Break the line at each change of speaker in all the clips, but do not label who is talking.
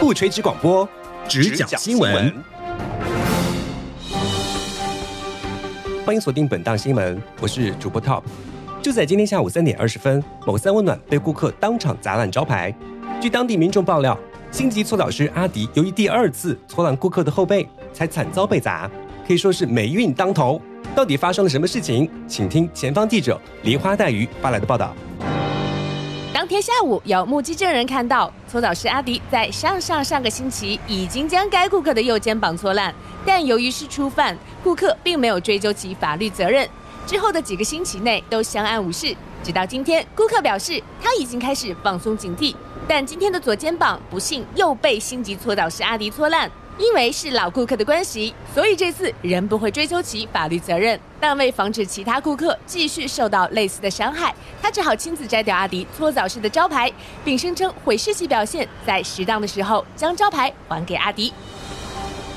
不垂直广播，只讲新闻。欢迎锁定本档新闻，我是主播 Top。就在今天下午三点二十分，某三温暖被顾客当场砸烂招牌。据当地民众爆料，星级搓澡师阿迪由于第二次搓烂顾客的后背，才惨遭被砸，可以说是霉运当头。到底发生了什么事情？请听前方记者梨花带鱼发来的报道。
当天下午，有目击证人看到搓澡师阿迪在上上上个星期已经将该顾客的右肩膀搓烂，但由于是初犯，顾客并没有追究其法律责任。之后的几个星期内都相安无事，直到今天，顾客表示他已经开始放松警惕，但今天的左肩膀不幸又被星级搓澡师阿迪搓烂。因为是老顾客的关系，所以这次仍不会追究其法律责任。但为防止其他顾客继续受到类似的伤害，他只好亲自摘掉阿迪搓澡师的招牌，并声称会视其表现，在适当的时候将招牌还给阿迪。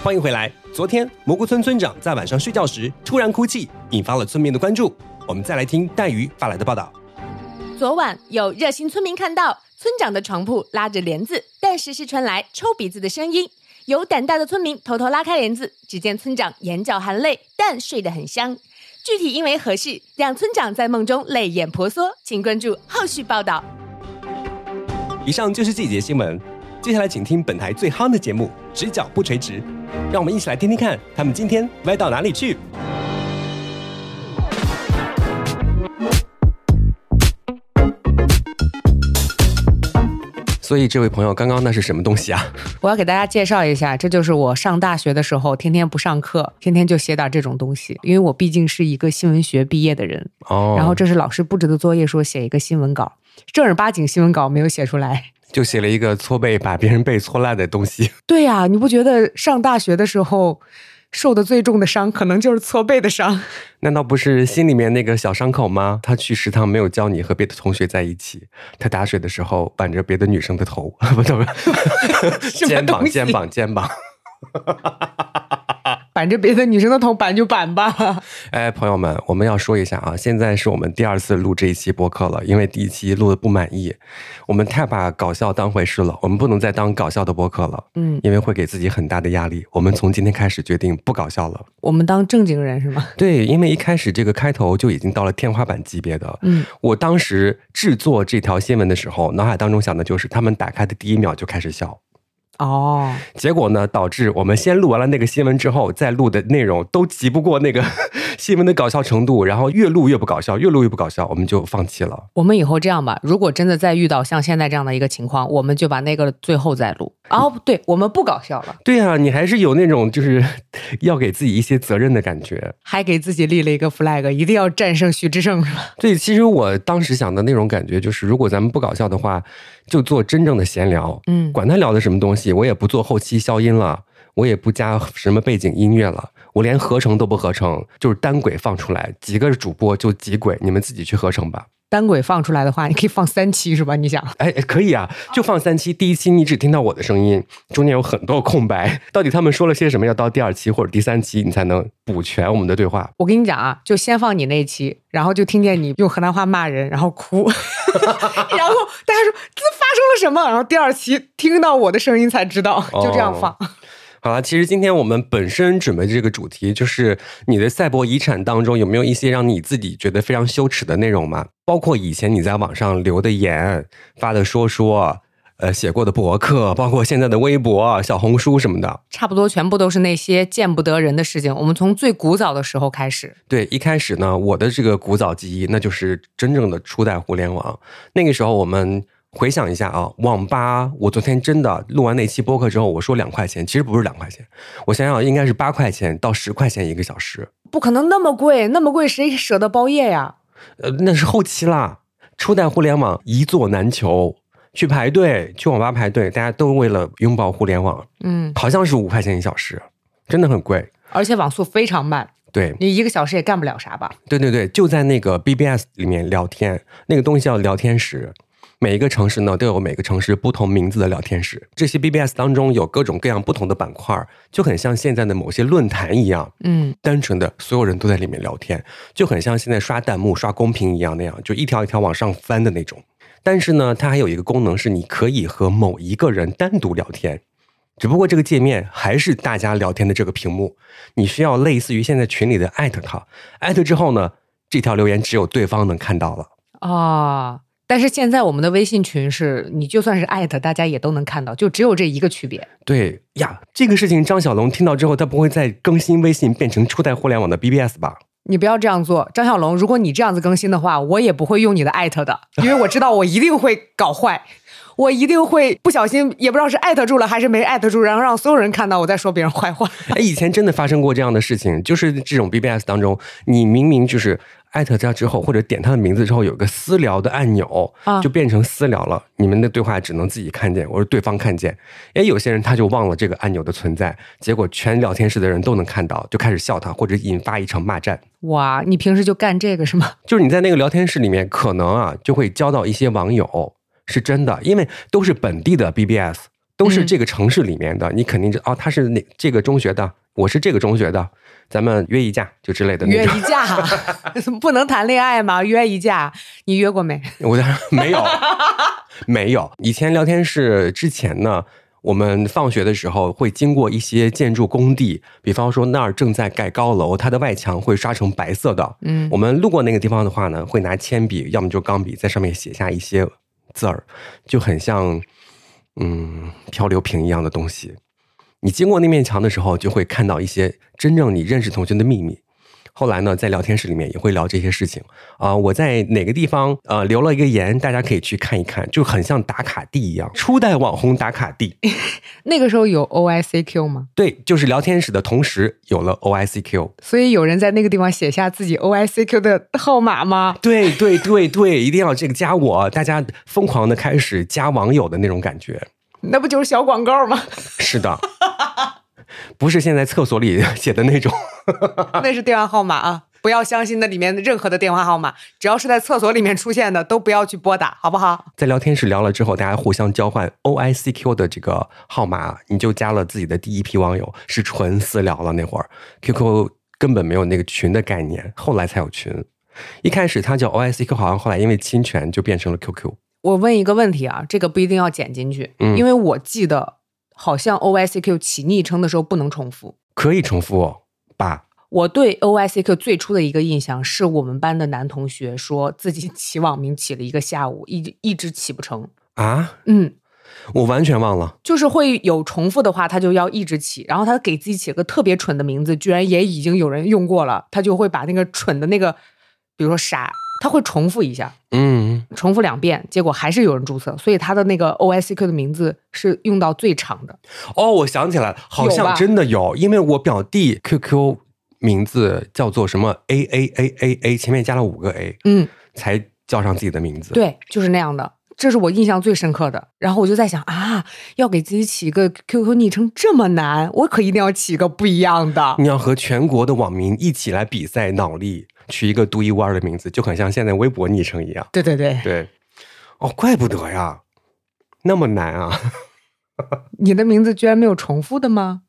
欢迎回来。昨天蘑菇村村长在晚上睡觉时突然哭泣，引发了村民的关注。我们再来听带鱼发来的报道。
昨晚有热心村民看到村长的床铺拉着帘子，但时时传来抽鼻子的声音。有胆大的村民偷偷拉开帘子，只见村长眼角含泪，但睡得很香。具体因为何事让村长在梦中泪眼婆娑？请关注后续报道。
以上就是这节新闻，接下来请听本台最夯的节目《直角不垂直》，让我们一起来听听看他们今天歪到哪里去。所以这位朋友，刚刚那是什么东西啊？
我要给大家介绍一下，这就是我上大学的时候，天天不上课，天天就写点这种东西。因为我毕竟是一个新闻学毕业的人，
哦，
然后这是老师布置的作业，说写一个新闻稿，正儿八经新闻稿没有写出来。
就写了一个搓背把别人背搓烂的东西。
对呀、你不觉得上大学的时候受的最重的伤，可能就是搓背的伤？
难道不是心里面那个小伤口吗？他去食堂没有教你和别的同学在一起，他打水的时候挽着别的女生的头， 不对，不
什么
肩膀
东西
肩膀肩膀。
板着别的女生的头，板就板吧。
哎，朋友们，我们要说一下啊，现在是我们第二次录这一期播客了，因为第一期录的不满意，我们太把搞笑当回事了，我们不能再当搞笑的播客了，
嗯，
因为会给自己很大的压力。我们从今天开始决定不搞笑了。
我们当正经人是吗？
对，因为一开始这个开头就已经到了天花板级别的。
嗯，
我当时制作这条新闻的时候，脑海当中想的就是他们打开的第一秒就开始笑，
哦，
结果呢，导致我们先录完了那个新闻之后，再录的内容都急不过那个 新闻的搞笑程度，然后越录越不搞笑，越录越不搞笑，我们就放弃了。
我们以后这样吧，如果真的再遇到像现在这样的一个情况，我们就把那个最后再录。哦，不对，我们不搞笑了，
对啊，你还是有那种就是 要给自己一些责任的感觉。
还给自己立了一个 flag，一定要战胜徐志胜是吧？
对，其实我当时想的那种感觉就是，如果咱们不搞笑的话，就做真正的闲聊，
嗯
管他聊的什么东西，我也不做后期消音了，我也不加什么背景音乐了，我连合成都不合成，就是单轨放出来，几个主播就几轨，你们自己去合成吧。
单轨放出来的话，你可以放三期是吧？你想，
哎，哎可以啊，就放三期，第一期你只听到我的声音，中间有很多空白，到底他们说了些什么，要到第二期或者第三期你才能补全我们的对话。
我跟你讲啊，就先放你那一期，然后就听见你用河南话骂人，然后哭， 然后大家说这发生了什么？然后第二期听到我的声音才知道，就这样放。
好了，其实今天我们本身准备这个主题就是你的赛博遗产当中有没有一些让你自己觉得非常羞耻的内容嘛？包括以前你在网上留的言、发的说说，呃，写过的博客，包括现在的微博、小红书什么的。
差不多全部都是那些见不得人的事情。我们从最古早的时候开始，
对，一开始呢，我的这个古早记忆，那就是真正的初代互联网。那个时候，我们回想一下啊，网吧，我昨天真的录完那期播客之后，我说两块钱，其实不是两块钱，我想想应该是八块钱到十块钱一个小时。
不可能那么贵，那么贵谁舍得包夜呀？
呃，那是后期啦，初代互联网一座难求，去排队，去网吧排队，大家都为了拥抱互联网，
嗯，
好像是五块钱一小时，真的很贵。
而且网速非常慢，
对，
你一个小时也干不了啥吧？
对对对，就在那个 BBS 里面聊天，那个东西叫聊天室。每一个城市呢，都有每个城市不同名字的聊天室。这些 BBS 当中有各种各样不同的板块，就很像现在的某些论坛一样，
嗯，
单纯的所有人都在里面聊天，就很像现在刷弹幕、刷公屏一样那样，就一条一条往上翻的那种。但是呢，它还有一个功能是，你可以和某一个人单独聊天，只不过这个界面还是大家聊天的这个屏幕，你需要类似于现在群里的艾特他，艾特之后呢，这条留言只有对方能看到了。
哦，但是现在我们的微信群是你就算是艾特，大家也都能看到，就只有这一个区别。
对呀，这个事情张小龙听到之后，他不会再更新微信变成初代互联网的 BBS 吧？
你不要这样做，张小龙。如果你这样子更新的话，我也不会用你的艾特的，因为我知道我一定会搞坏，我一定会不小心，也不知道是艾特住了还是没艾特住，然后让所有人看到我在说别人坏话。
哎，以前真的发生过这样的事情，就是这种 BBS 当中，你明明就是艾特他之后，或者点他的名字之后，有个私聊的按钮
啊，
就变成私聊了。你们的对话只能自己看见，或者对方看见。哎，有些人他就忘了这个按钮的存在，结果全聊天室的人都能看到，就开始笑他，或者引发一场骂战。
哇，你平时就干这个是吗？
就是你在那个聊天室里面，可能啊就会交到一些网友，是真的，因为都是本地的
嗯
BBS，都是这个城市里面的，你肯定知哦，他是哪这个中学的，我是这个中学的，咱们约一架就之类的那
约
种。
一架， 不能谈恋爱吗？约一架，你约过没？
我 当然没有，没有。以前聊天室之前呢。我们放学的时候会经过一些建筑工地，比方说那儿正在盖高楼，它的外墙会刷成白色的。
嗯
我们路过那个地方的话呢，会拿铅笔，要么就钢笔，在上面写下一些字儿，就很像嗯漂流瓶一样的东西。你经过那面墙的时候，就会看到一些真正你认识同学的秘密。后来呢，在聊天室里面也会聊这些事情啊、我在哪个地方呃留了一个言，大家可以去看一看，就很像打卡地一样，初代网红打卡地。
那个时候有 O I C Q 吗？
对，就是聊天室的同时有了 OICQ。
所以有人在那个地方写下自己 O I C Q 的号码吗？
对对对对，一定要这个加我，大家疯狂的开始加网友的那种感觉。
那不就是小广告 吗？
是的，不是现在厕所里 写的那种。
那是电话号码啊，不要相信那里面的任何的电话号码，只要是在厕所里面出现的，都不要去拨打，好不好？
在聊天室聊了之后，大家互相交换 OICQ 的这个号码，你就加了自己的第一批网友，是纯私聊了。那会儿 QQ 根本没有那个群的概念，后来才有群。一开始它叫 OICQ，好像后来因为侵权就变成了 QQ。
我问一个问题啊，这个不一定要剪进去，
嗯
因为我记得好像 O I C Q 起昵称的时候不能重复。
可以重复哦吧？
我对 O I C Q 最初的一个印象是我们班的男同学说自己起网名起了一个下午，一直一直起不成。
啊，
嗯，
我完全忘了。
就是会有重复的话，他就要一直起，然后他给自己起了个特别蠢的名字，居然也已经有人用过了，他就会把那个蠢的那个，比如说傻，他会重复一下，
嗯。
重复两遍，结果还是有人注册，所以他的那个 O I C Q 的名字是用到最长的。
哦，我想起来了，好
有吧
像真的有，因为我表弟 QQ 名字叫做什么 A A A A A，前面加了五个 A，
嗯，
才叫上自己的名字。，
对，就是那样的。这是我印象最深刻的，然后我就在想啊，要给自己起一个 QQ 昵称这么难，我可一定要起一个不一样的。
你要和全国的网民一起来比赛脑力，取一个独一无二的名字，就很像现在微博昵称一样。
对对对，
对，哦，怪不得呀，那么难啊！
你的名字居然没有重复的吗？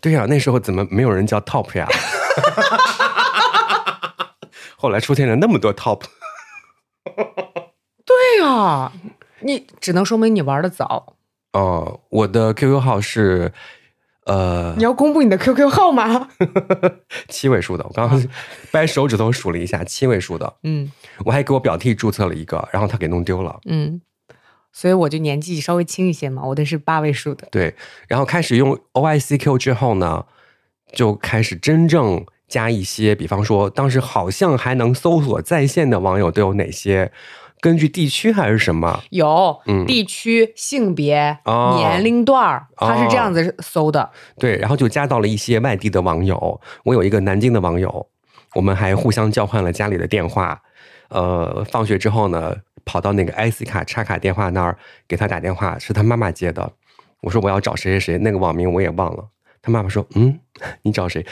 对呀、那时候怎么没有人叫 Top 呀？ 后来出现了那么多 Top，
对呀，你只能说明你玩的早。
哦，我的 QQ 号是呃，
你要公布你的 QQ 号码？
七位数的，我刚刚 掰手指头数了一下，七位数的。
嗯
我还给我表弟注册了一个，然后他给弄丢了。
嗯，所以我就年纪稍微轻一些嘛，我的是八位数的。
对，然后开始用 OICQ 之后呢，就开始真正加一些，比方说当时好像还能搜索在线的网友都有哪些，根据地区还是什么。
有，
嗯
地区、性别、
哦
年龄段儿，它是这样子搜的。
对，然后就加到了一些外地的网友。我有一个南京的网友，我们还互相交换了家里的电话。呃，放学之后呢，跑到那个 IC 卡插卡电话那儿给他打电话，是他妈妈接的。我说我要找谁谁谁，那个网名我也忘了。他妈妈说：“嗯， 你找谁？”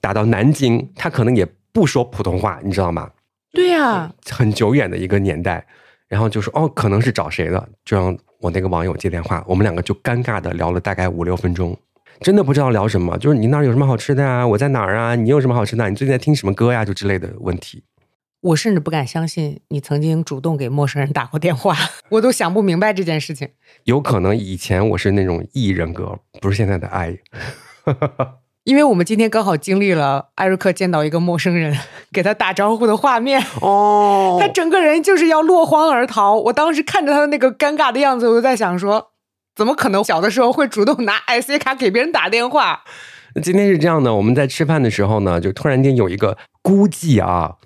打到南京，他可能也不说普通话，你知道吗？
对呀、
很久远的一个年代，然后就说哦，可能是找谁的，就让我那个网友接电话，我们两个就尴尬的聊了大概五六分钟，真的不知道聊什么，就是你那儿有什么好吃的啊，我在哪儿啊，你有什么好吃的啊、你最近在听什么歌呀、就之类的问题。
我甚至不敢相信你曾经主动给陌生人打过电话，我都想不明白这件事情。
有可能以前我是那种 E 人格，不是现在的 I。
因为我们今天刚好经历了艾瑞克见到一个陌生人给他打招呼的画面，
哦
他整个人就是要落荒而逃。我当时看着他的那个尴尬的样子，我就在想说，怎么可能小的时候会主动拿 IC 卡给别人打电话？
今天是这样的，我们在吃饭的时候呢，就突然间有一个估计啊，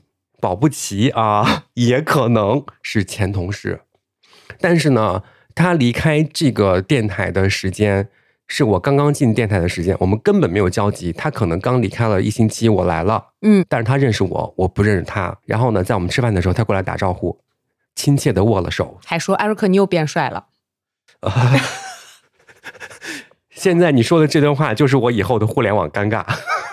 保不齐啊，也可能是前同事，但是呢，他离开这个电台的时间是我刚刚进电台的时间，我们根本没有交集。他可能刚离开了一星期，我来了，
嗯，
但是他认识我，我不认识他。然后呢，在我们吃饭的时候，他过来打招呼，亲切的握了手。
还说艾瑞克你又变帅 了，
现在你说的这段话就是我以后的互联网尴尬。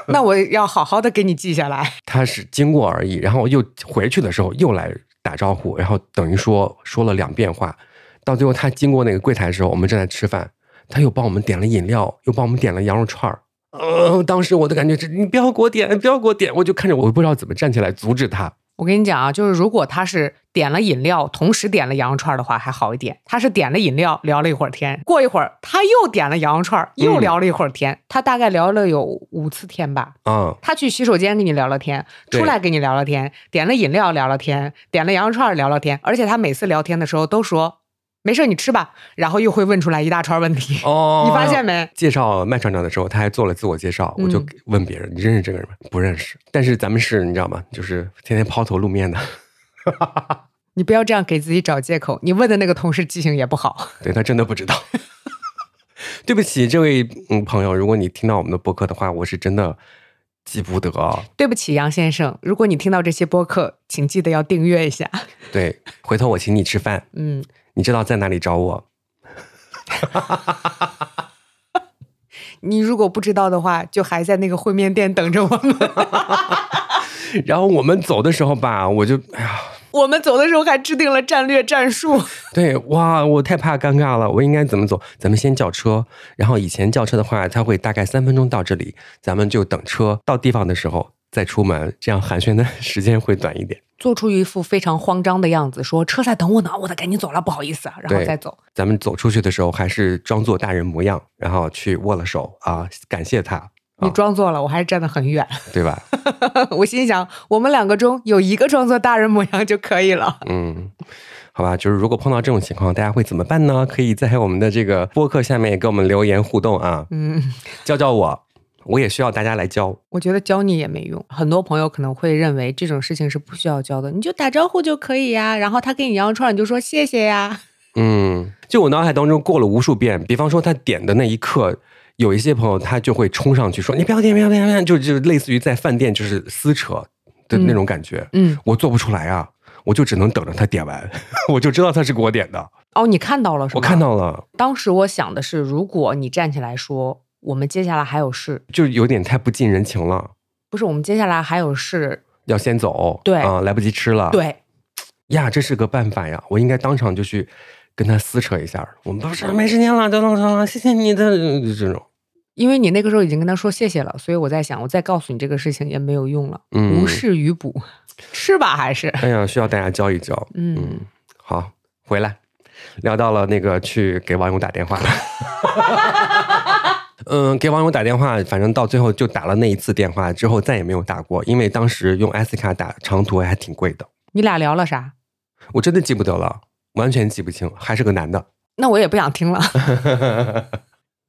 那我要好好的给你记下来。
他是经过而已，然后又回去的时候又来打招呼，然后等于说说了两遍话，到最后他经过那个柜台的时候，我们正在吃饭，他又帮我们点了饮料，又帮我们点了羊肉串儿。呃，当时我的感觉是，你不要给我点，不要给我点，我就看着我不知道怎么站起来阻止他。
我跟你讲啊，就是如果他是点了饮料，同时点了羊肉串的话还好一点。他是点了饮料，聊了一会儿天，过一会儿他又点了羊肉串，又
嗯
聊了一会儿天，他大概聊了有五次天吧。
啊、
他去洗手间跟你聊聊天，
对
出来跟你聊聊天，点了饮料聊聊天，点了羊肉串聊聊天，而且他每次聊天的时候都说没事你吃吧，然后又会问出来一大串问题，
哦，
你发现没？
介绍麦厂长的时候，他还做了自我介绍，我就
嗯
问别人：“你认识这个人吗？”不认识。但是咱们是，你知道吗？就是天天抛头露面的。
你不要这样给自己找借口。你问的那个同事记性也不好，
对他真的不知道。 对不起，这位嗯朋友，如果你听到我们的播客的话，我是真的记不得啊。
对不起，杨先生，如果你听到这些播客，请记得要订阅一下。
对，回头我请你吃饭，
嗯，
你知道在哪里找我。
你如果不知道的话，就还在那个烩面店等着我们。
然后我们走的时候吧，我就哎呀，
我们走的时候还制定了战略战术。
对哇，我太怕尴尬了，我应该怎么走？咱们先叫车，然后以前叫车的话，他会大概三分钟到这里，咱们就等车到地方的时候再出门，这样寒暄的 时间会短一点。
做出一副非常慌张的样子，说车在等我呢，我得赶紧走了，不好意思啊，然后
对
再走。
咱们走出去的时候还是装作大人模样，然后去握了手啊，感谢他。
你装作了，我还是站得很远。
对吧？
我心想，我们两个中有一个装作大人模样就可以了。
嗯，好吧，就是如果碰到这种情况，大家会怎么办呢？可以在我们的这个播客下面也给我们留言互动啊，
嗯，
教教我，我也需要大家来教。
我觉得教你也没用。很多朋友可能会认为这种事情是不需要教的，你就打招呼就可以呀。然后他给你羊肉串，你就说谢谢呀。
嗯，就我脑海当中过了无数遍，比方说他点的那一刻。有一些朋友他就会冲上去说：“你不要点，不要点，不要点！”就就类似于在饭店就是撕扯的那种感觉，
嗯，
我做不出来啊，我就只能等着他点完， 我就知道他是给我点的，
哦，你看到了是吗？
我看。到了，
当时我想的是，如果你站起来说我们接下来还有事，
就有点太不近人情了，
不是我们接下来还有事，
要先走，
对
啊、来不及吃了，
对，
呀，这是个办法呀，我应该当场就去跟他撕扯一下儿。我们不是没时间了，等等等等，谢谢你的就这种，
因为你那个时候已经跟他说谢谢了，所以我在想，我再告诉你这个事情也没有用了，
嗯
无事于补， 吃吧还是。
哎呀，需要大家教一教。
嗯
嗯，，好，回来聊到了那个去给网友打电话。 嗯，给网友打电话，反正到最后就打了那一次电话，之后再也没有打过，因为当时用 S 卡打长途还挺贵的，
你俩聊了啥？
我真的记不得了，完全记不清，还是个男的。
那我也不想听 了，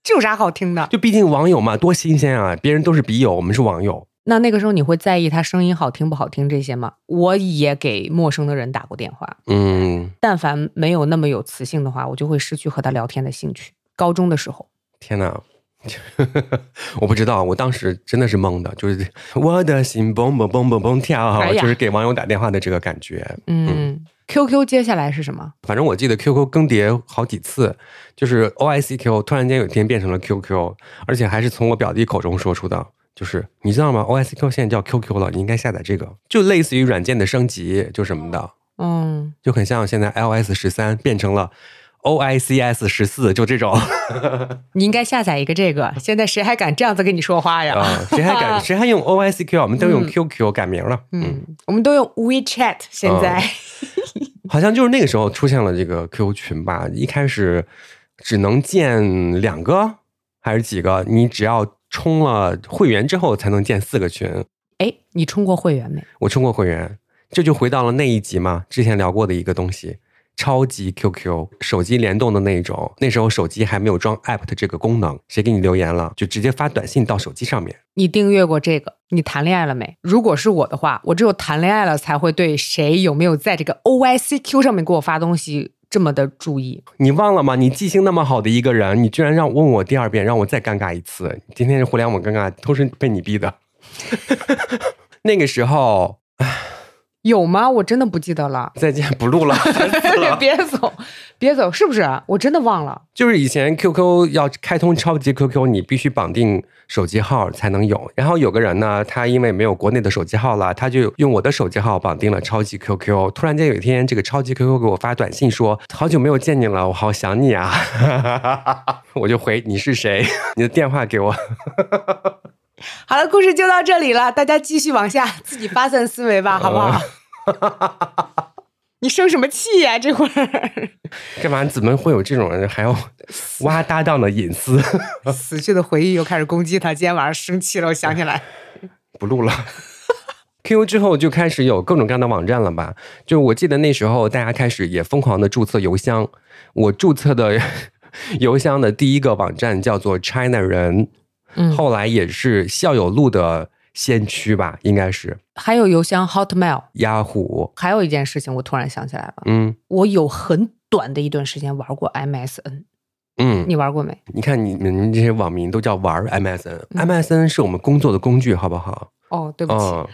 这有啥好听的？
就毕竟网友嘛，多新鲜啊！别人都是笔友，我们是网友。
那那个时候你会在意他声音好听不好听这些吗？我也给陌生的人打过电话，
嗯，
但凡没有那么有磁性的话，我就会失去和他聊天的兴趣。高中的时候，
天哪！ 我不知道，我当时真的是懵的，就是我的心蹦蹦蹦蹦蹦跳，
哎呀
就是给网友打电话的这个感觉。
嗯 q q 接下来是什么？
反正我记得 QQ 更迭好几次，就是 OICQ 突然间有一天变成了 QQ，而且还是从我表弟口中说出的，就是你知道吗？OICQ 现在叫 QQ 了，你应该下载这个，就类似于软件的升级，就什么的。
嗯，
就很像现在 iOS 十三变成了 O I C S 十四，就这种
你应该下载一个这个。现在谁还敢这样子跟你说话呀？
啊，谁还敢谁还用 O I C Q 啊？我们都用 Q Q 改名了，嗯，
嗯，啊我们都用 WeChat，现在、
好像就是那个时候出现了这个 Q Q 群吧，一开始只能建两个还是几个，你只要充了会员之后才能建四个群。
哎，你充过会员没？
我充过会员，这就回到了那一集嘛，之前聊过的一个东西，超级 QQ 手机联动的那一种。那时候手机还没有装 App 的这个功能，谁给你留言了，就直接发短信到手机上面。
你订阅过这个？你谈恋爱了没？如果是我的话，我只有谈恋爱了才会对谁有没有在这个 OICQ 上面给我发东西这么的注意。
你忘了吗？你记性那么好的一个人，你居然让问我第二遍，让我再尴尬一次。今天是互联网尴尬，都是被你逼的。 那个时候
有吗？我真的不记得了。
。再见不录了，烦死了
别走，别走，是不是？我真的忘了。
就是以前 QQ 要开通超级 QQ，你必须绑定手机号才能有。然后有个人呢，他因为没有国内的手机号了，他就用我的手机号绑定了超级 QQ。突然间有一天，这个超级 QQ 给我发短信说：“好久没有见你了，我好想你啊！” 我就回：“你是谁？ 你的电话给我。
好了，故事就到这里了，大家继续往下自己发散思维吧，好不好？ 你生什么气呀、这会儿
干嘛？怎么会有这种人还要挖搭档的隐私？
死去的回忆又开始攻击他。今天晚上生气了，我想起来，
不录了。QQ 之后就开始有各种各样的网站了吧？就我记得那时候大家开始也疯狂的注册邮箱，我注册的 邮箱的第一个网站叫做 China 人，
嗯
后来也是校友录的先驱吧，应该是
还有邮箱 Hotmail，
雅虎。
还有一件事情我突然想起来了，
嗯
我有很短的一段时间玩过 MSN，
嗯，
你玩过没？
你看你们这些网民都叫玩
嗯
MSN，MSN 是我们工作的工具，好不好？
哦，对不起，
嗯，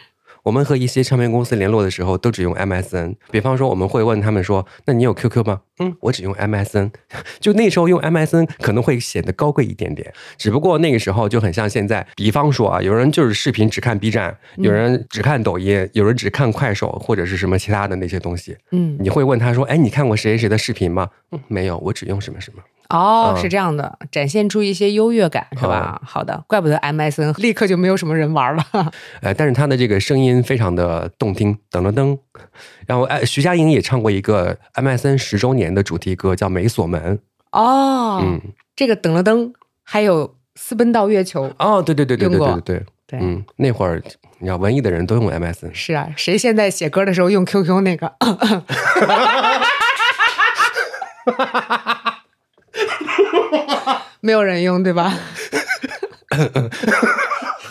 我们和一些唱片公司联络的时候，都只用 MSN。比方说，我们会问他们说：“那你有 QQ 吗？”嗯，我只用 MSN。就 那时候用 MSN 可能会显得高贵一点点，只不过那个时候就很像现在。比方说啊，有人就是视频只看 B 站，
嗯
有人只看抖音，有人只看快手或者是什么其他的那些东西。
嗯，
你会问他说：“哎，你看过谁谁谁的视频吗？”嗯，没有，我只用什么什么。
哦，
嗯哦
是这样的，展现出一些优越感是吧？好的，怪不得 MSN 立刻就没有什么人玩了。
呃，但是他的这个声音非常的动听，噔噔噔。然后，哎，徐佳莹也唱过一个 MSN 十周年的主题歌，叫《美锁门》。
哦，
嗯，
这个等了噔，还有私奔到月球，
哦，对对对对对对
用过
对对，
对，
嗯，那会儿你知道，文艺的人都用 MSN。
是啊，谁现在写歌的时候用 QQ 那个？ 没有人用对吧？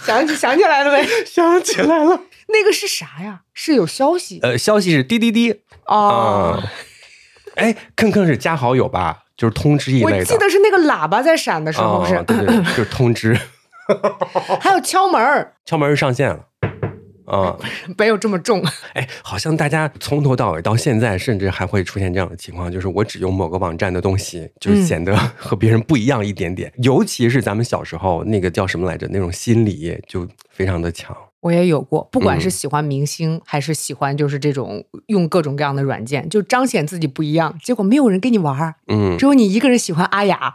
想起想起来了呗，
想起来了，
那个是啥呀？是有消息
呃，消息是滴滴滴
哦
啊，。哎，坑坑是加好友吧？就是通知一
我
类的。
记得是那个喇叭在闪的时候
哦，
是，
对对对，就是通知，
还有敲门儿，
敲门上线了。啊，
没有这么重。
哎，好像大家从头到尾到现在，甚至还会出现这样的情况，就是我只用某个网站的东西，就是显得 和别人不一样一点点。尤其是咱们小时候那个叫什么来着，那种心理就非常的强。
我也有过，不管是
嗯
喜欢明星、还是喜欢就是这种用各种各样的软件，就彰显自己不一样，结果没有人跟你玩儿，
嗯
只，有你一个人喜欢阿雅。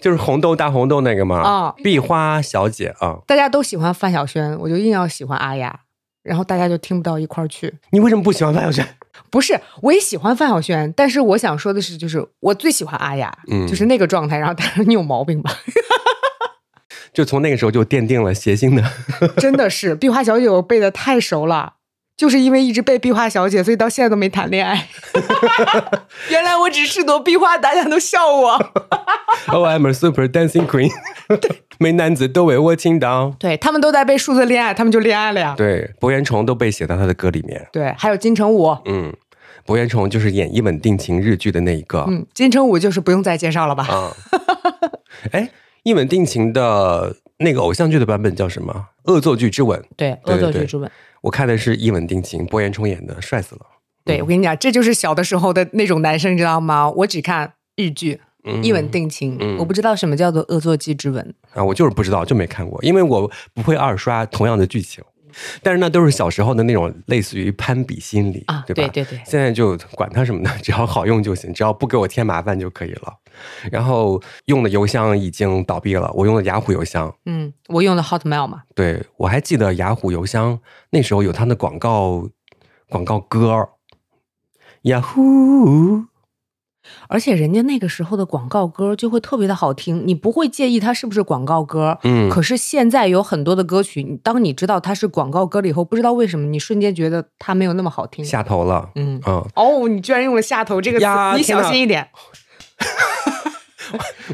就是红豆大红豆那个嘛，
啊
壁花小姐啊，
大家都喜欢范晓萱，我就硬要喜欢阿雅，然后大家就听不到一块儿去。
你为什么不喜欢范晓萱？
不是，我也喜欢范晓萱，但是我想说的是，就是我最喜欢阿雅，
嗯
就是那个状态。然后他说你有毛病吧，
就从那个时候就奠定了谐星的
真的是壁花小姐，我背的太熟了。就是因为一直背壁花小姐，所以到现在都没谈恋爱。 原来我只是朵壁花，大家都笑我。
Oh I'm a super dancing queen，美男子都为我倾倒。
对他们都在背数字恋爱，他们就恋爱了呀。
对，博元崇都被写到他的歌里面。
对，还有金城武，
嗯，博元崇就是演一吻定情日剧的那一个。
嗯，金城武就是不用再介绍了吧？
啊，哎，一吻定情的那个偶像剧的版本叫什么？恶作剧之吻。
对，
对
恶作
对
剧之吻。
我看的是一吻定情，博元崇演的，帅死了。
对，
嗯
我跟你讲，这就是小的时候的那种男生，你知道吗？我只看日剧
嗯
《一吻定情》
嗯
我不知道什么叫做恶作剧之吻。
啊，我就是不知道，就没看过，因为我不会二刷同样的剧情。但是那都是小时候的那种类似于攀比心理
啊
对吧？
对对对
现在就管它什么呢， 只要好用就行，只要不给我添麻烦就可以了。然后用的邮箱已经倒闭了，我用的雅虎邮箱，
嗯，我用的 Hotmail 嘛，
对我还记得雅虎邮箱那时候有它的广告广告歌儿，雅虎。
而且人家那个时候的广告歌就会特别的好听，你不会介意它是不是广告歌。
嗯
可是现在有很多的歌曲，你当你知道它是广告歌了以后，不知道为什么你瞬间觉得它没有那么好听。
下头了，
嗯，
嗯，
哦，你居然用了“下头” 这个词
呀，
你
天
小
哪
心一点，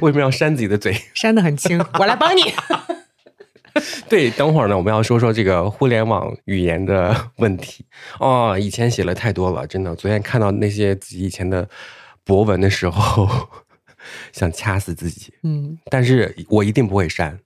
为什么要扇自己的嘴？
删的很轻， 我来帮你。
对，等会儿呢，我们要说说这个互联网语言的问题哦。以前写了太多了，真的。昨天看到那些自己以前的博文的时候， 想掐死自己，
嗯，
但是我一定不会删，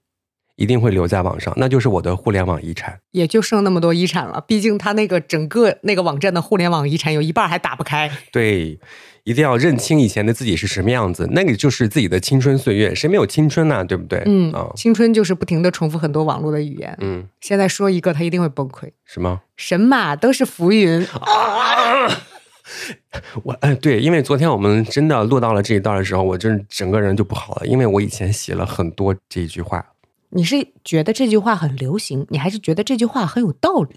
一定会留在网上，那就是我的互联网遗产。
也就剩那么多遗产了，毕竟它那个整个那个网站的互联网遗产有一半还打不 开。
对，一定要认清以前的自己是什么样子，那个就是自己的青春岁月。谁没有青春呐、对不对？
嗯，
啊、
青春就是不停的重复很多网络的语言，
嗯，
现在说一个它一定会崩溃。
什么？
神马都是浮 云，
我哎，对，因为昨天我们真的录到了这一段的时候，我就是整个人就不好了，因为我以前写了很多这一句话，
你是觉得这句话很流行，你还是觉得这句话很有道理？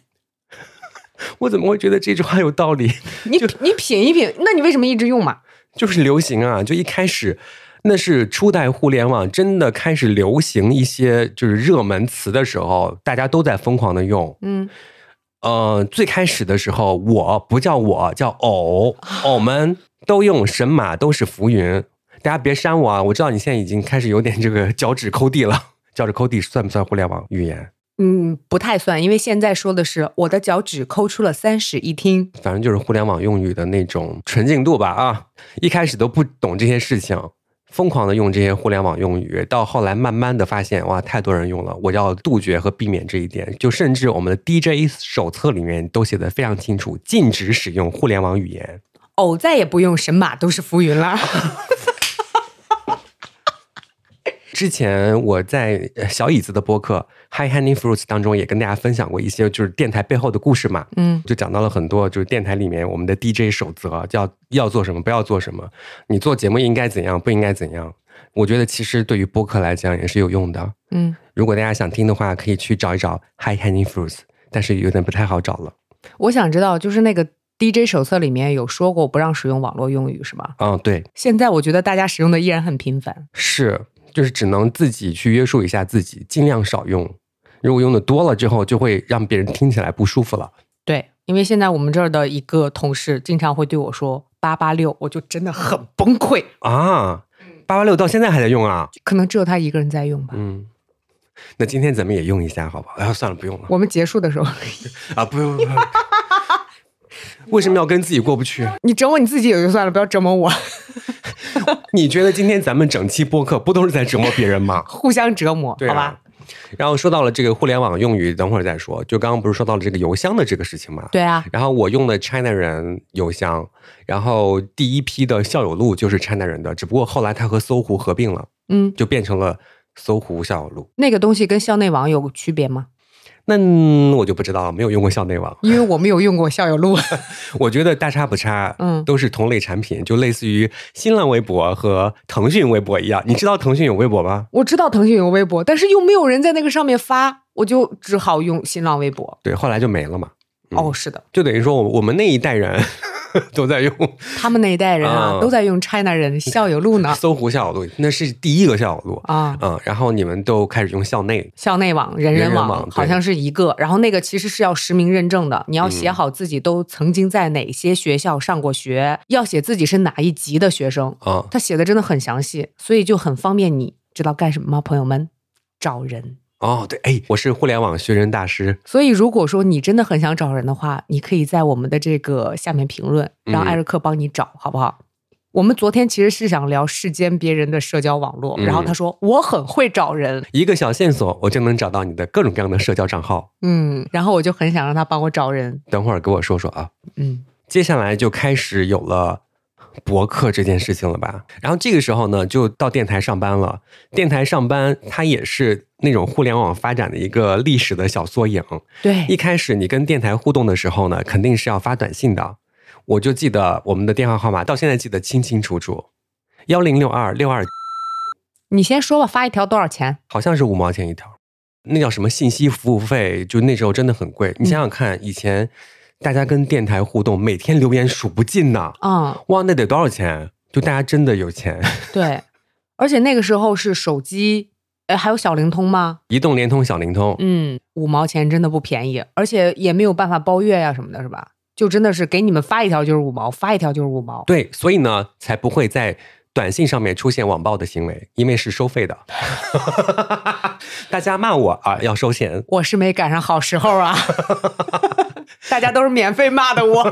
我怎么会觉得这句话有道理？
你你品一品，那你为什么一直用嘛？
就是流行啊，就一开始。那是初代互联网真的开始流行一些就是热门词的时候，大家都在疯狂的用。
嗯，
呃，最开始的时候，我不叫我叫偶， 偶们都用神马都是浮云。大家别删我啊！我知道你现在已经开始有点这个脚趾抠地了，脚趾抠地算不算互联网语言？
嗯，不太算，因为现在说的是我的脚趾抠出了三室一厅。
反正就是互联网用语的那种纯净度吧啊！一开始都不懂这些事情，疯狂的用这些互联网用语，到后来慢慢的发现，哇，太多人用了，我要杜绝和避免这一点。就甚至我们的 DJ 手册里面都写的非常清楚，禁止使用互联网语言。
偶再也不用神马都是浮云 啦。
之前我在呃小椅子的播客《Hi Honey Fruits》当中也跟大家分享过一些就是电台背后的故事嘛，
嗯，
就讲到了很多就是电台里面我们的 DJ 守则，叫要做什么，不要做什么，你做节目应该怎样，不应该怎样。我觉得其实对于播客来讲也是有用的。
嗯，
如果大家想听的话，可以去找一找《Hi Honey Fruits》，但是有点不太好找了。
我想知道，就是那个 DJ 手册里面有说过不让使用网络用语是吗？
嗯，对，
现在我觉得大家使用的依然很频繁。
是，就是只能自己去约束一下自己，尽量少用。如果用的多了之后，就会让别人听起来不舒服了。
对，因为现在我们这儿的一个同事经常会对我说“八八六”，我就真的很崩溃。
啊，八八六到现在还在用啊？
可能只有他一个人在用吧。
嗯，那今天咱们也用一下，好吧？哎呀，算了，不用了
我们结束的时候，
啊，不用不用。不用为什么要跟自己过不去？
你折磨你自己也就算了，不要折磨我，？
你觉得今天咱们整期播客不都是在折磨别人吗
互相折磨，
对、啊
好吧？？
然后说到了这个互联网用语，等会儿再说。就刚刚不是说到了这个邮箱的这个事情吗？
对啊，
然后我用的 China 人邮箱，然后第一批的校友录就是 China 人的，只不过后来它和搜狐合并了，
嗯，
就变成了搜狐校友录。
那个东西跟校内网有区别吗？
那我就不知道了，没有用过校内网。
因为我没有用过校友录，
我觉得大差不差，
嗯
都是同类产品，就类似于新浪微博和腾讯微博一样。你知道腾讯有微博吗？
我知道腾讯有微博，但是又没有人在那个上面发，我就只好用新浪微博。
对，后来就没了嘛。嗯
哦，是的，
就等于说，我我们那一代人 都在用
他们那一代人啊，
啊
都在用 China 人校 友录呢
搜狐校友录，那是第一个校友录，
啊。
嗯，然后你们都开始用校内，
校内网、人人
人
网
人网对嗯
好像是一个，然后那个其实是要实名认证的，你要写好自己都曾经在哪些学校上过学，要写自己是哪一级的学生，
啊、
他写的真的很详细，所以就很方便你知道干什么吗？朋友们，找人。
哦，对，哎，我是互联网学人大师，
所以如果说你真的很想找人的话，你可以在我们的这个下面评论，让
嗯
艾瑞克帮你找，好不好？我们昨天其实是想聊世间别人的社交网络，然后他
嗯
说我很会找人，
一个小线索我就能找到你的各种各样的社交账号。
嗯，然后我就很想让他帮我找人，
等会儿给我说说啊。
嗯，
接下来就开始有了博客这件事情了吧？然后这个时候呢，就到电台上班了。电台上班，它也是那种互联网发展的一个历史的小缩影。
对
一开始你跟电台互动的时候呢，肯定是要发短信的。我就记得我们的电话号码，到现在记得清清楚楚，幺零六二六二，
你先说吧，发一条多少钱？
好像是五毛钱一条。那叫什么信息服务费？就那时候真的很贵。你想想看，以前大家跟电台互动，每天留言数不尽呐。
嗯，
哇，那得多少钱？就大家真的有钱，
对， 而且那个时候是手机，哎，还有小灵通吗？
移动、联通、小灵通，
嗯，五毛钱真的不便宜，而且也没有办法包月呀、什么的，是吧？就真的是给你们发一条就是五毛，发一条就是五毛。
对，所以呢，才不会在短信上面出现网暴的行为，因为是收费的。 大家骂我啊，要收钱。
我是没赶上好时候 啊，大家都是免费骂 的我。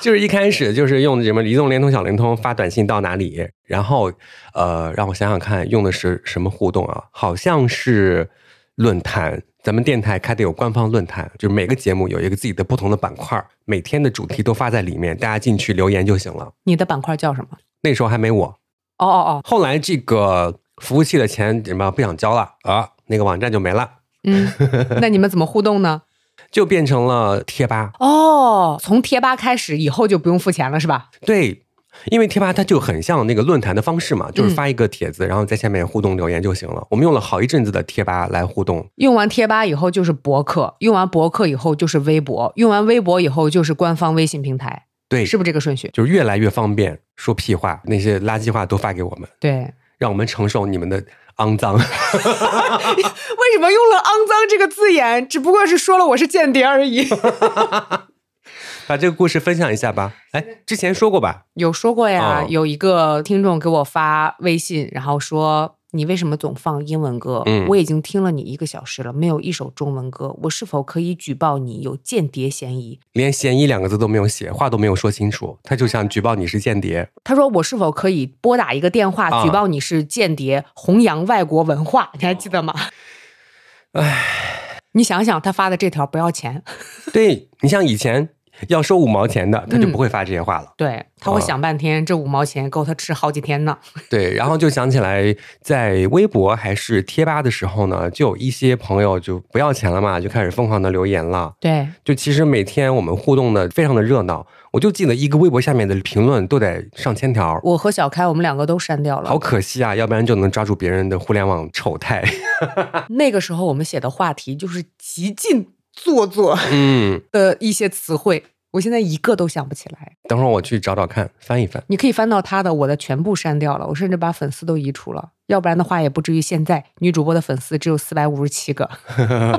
就是一开始就是用什么移动、联通、小灵通发短信到哪里，然后呃，让我想想看，用的是什么互动啊？好像是论坛。咱们电台开的有官方论坛，就是每个节目有一个自己的不同的板块，每天的主题都发在里面，大家进去留言就行了。
你的板块叫什么？
那时候还没我，
哦哦哦，
后来这个服务器的钱什么不想交了啊，那个网站就没了，
嗯， 那你们怎么互动呢？
就变成了贴吧。
哦，从贴吧开始，以后就不用付钱了，是吧？
对，因为贴吧它就很像那个论坛的方式嘛，
嗯
就是发一个帖子，然后在下面互动留言就行了。我们用了好一阵子的贴吧来互动，
用完贴吧以后就是博客，用完博客以后就是微博，用完微博以后就是官方微信平台，
对，
是不是这个顺序？
就是越来越方便，说屁话那些垃圾话都发给我们，
对，
让我们承受你们的肮脏。
为什么用了“肮脏”这个字眼？只不过是说了我是间谍 而已。
把这个故事分享一下吧。哎，之前说过吧？
有说过呀，
哦
有一个听众给我发微信，然后说。你为什么总放英文歌？
嗯
我已经听了你一个小时了，没有一首中文歌。我是否可以举报你有间谍嫌疑？
连“嫌疑”两个字都没有写，话都没有说清楚，他就想举报你是间谍。
他说：“我是否可以拨打一个电话
啊哦
举报你是间谍，弘扬外国文化？”你还记得吗？唉，你想想，他发的这条不要钱，
对你像以前要收五毛钱的，他就不会发这些话了。
对他会想半天，这五毛钱够他吃好几天呢。
对，然后就想起来，在微博还是贴吧的时候呢，就有一些朋友就不要钱了嘛，就开始疯狂的留言了。
对，
就其实每天我们互动的非常的热闹，我就记得一个微博下面的评论都得上千条，
我和小开我们两个都删掉
好
了。
可惜啊，要不然就能抓住别人的互联网丑态。
那个时候我们写的话题就是极尽 做作
嗯，
的一些词汇，我现在一个都想不起来。
等会儿我去找找看，翻一翻。
你可以翻到他的，我的全部删掉了，我甚至把粉丝都移除了，要不然的话也不至于现在女主播的粉丝只有四百五十七个。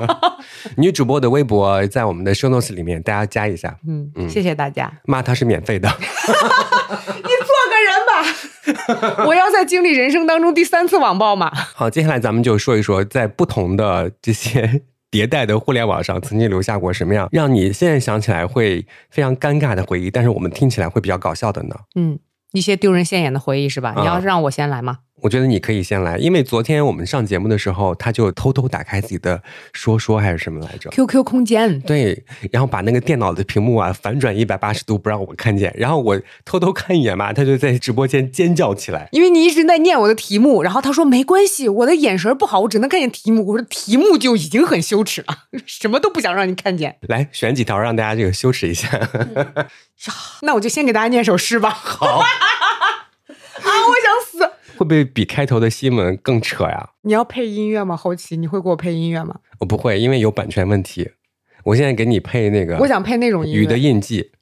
女主播的微博在我们的 show notes 里面，大家加一下，
嗯
嗯，
谢谢大家。
骂她是免费的。
你做个人吧，我要在经历人生当中第三次网暴嘛。
好，接下来咱们就说一说，在不同的这些 迭代的互联网上，曾经留下过什么样让你现在想起来会非常尴尬的回忆，但是我们听起来会比较搞笑的呢？
嗯，一些丢人现眼的回忆是吧？
啊
你要让我先来吗？
我觉得你可以先来，因为昨天我们上节目的时候，他就偷偷打开自己的说说还是什么来着？
QQ 空间，
对，然后把那个电脑的屏幕啊反转一百八十度，不让我看见。然后我偷偷看一眼嘛，他就在直播间尖叫起来。
因为你一直在念我的题目，然后他说没关系，我的眼神不好，我只能看见题目。我说题目就已经很羞耻了，什么都不想让你看见。
来选几条让大家这个羞耻一下。
那我就先给大家念首诗吧。好 啊，我想死。
会不会比开头的新闻更扯呀？
你要配音乐吗？后期你会给我配音乐吗？
我不会，因为有版权问题。我现在给你配那个，
我想配那种音乐。
雨啊的印记，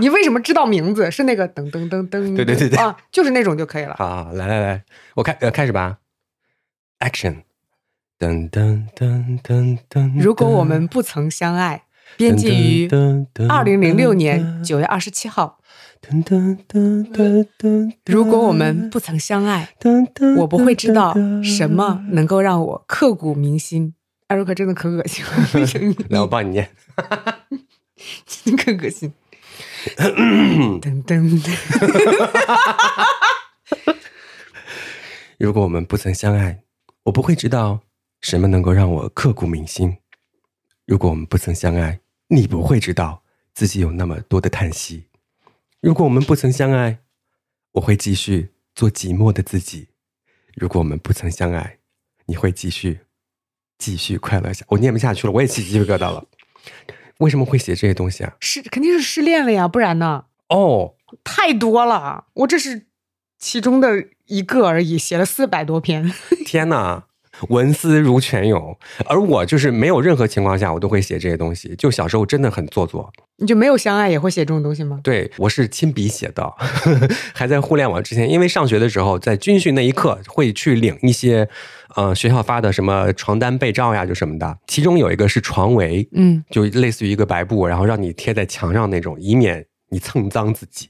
你为什么知道名字？是那个噔噔噔噔，
对对对对
啊，就是那种就可以了。
好，啊来来来，我开呃开始吧，Action，噔噔噔噔噔。
如果我们不曾相爱，编辑于二零零六年九月二十七号。
噔噔噔噔噔。
如果我们不曾相爱，
噔噔，
我不会知道什
嗯
么能够让我刻骨铭心。艾瑞克真的可恶心了， 为什么
来，我帮你念。
你可 恶心？噔噔，
如果我们不曾相爱，我不会知道什么能够让我刻骨铭心；如果我们不曾相爱，你不会知道自己有那么多的叹息。如果我们不曾相爱，我会继续做寂寞的自己；如果我们不曾相爱，你会继续继续快乐下。我念不下去了，我也起鸡皮疙瘩了。为什么会写这些东西啊？
失肯定是失恋了呀，不然呢？
哦，
太多了，我这是其中的一个而已，写了四百多篇。
天哪，文思如泉涌。而我就是没有任何情况下，我都会写这些东西。就小时候真的很做作，
你就没有相爱也会写这种东西吗？
对，我是亲笔写的， 还在互联网之前，因为上学的时候在军训那一刻会去领一些，呃，学校发的什么床单被罩呀，就什么的，其中有一个是床围，
嗯，
就类似于一个白布，然后让你贴在墙上那种，以免你蹭脏自己。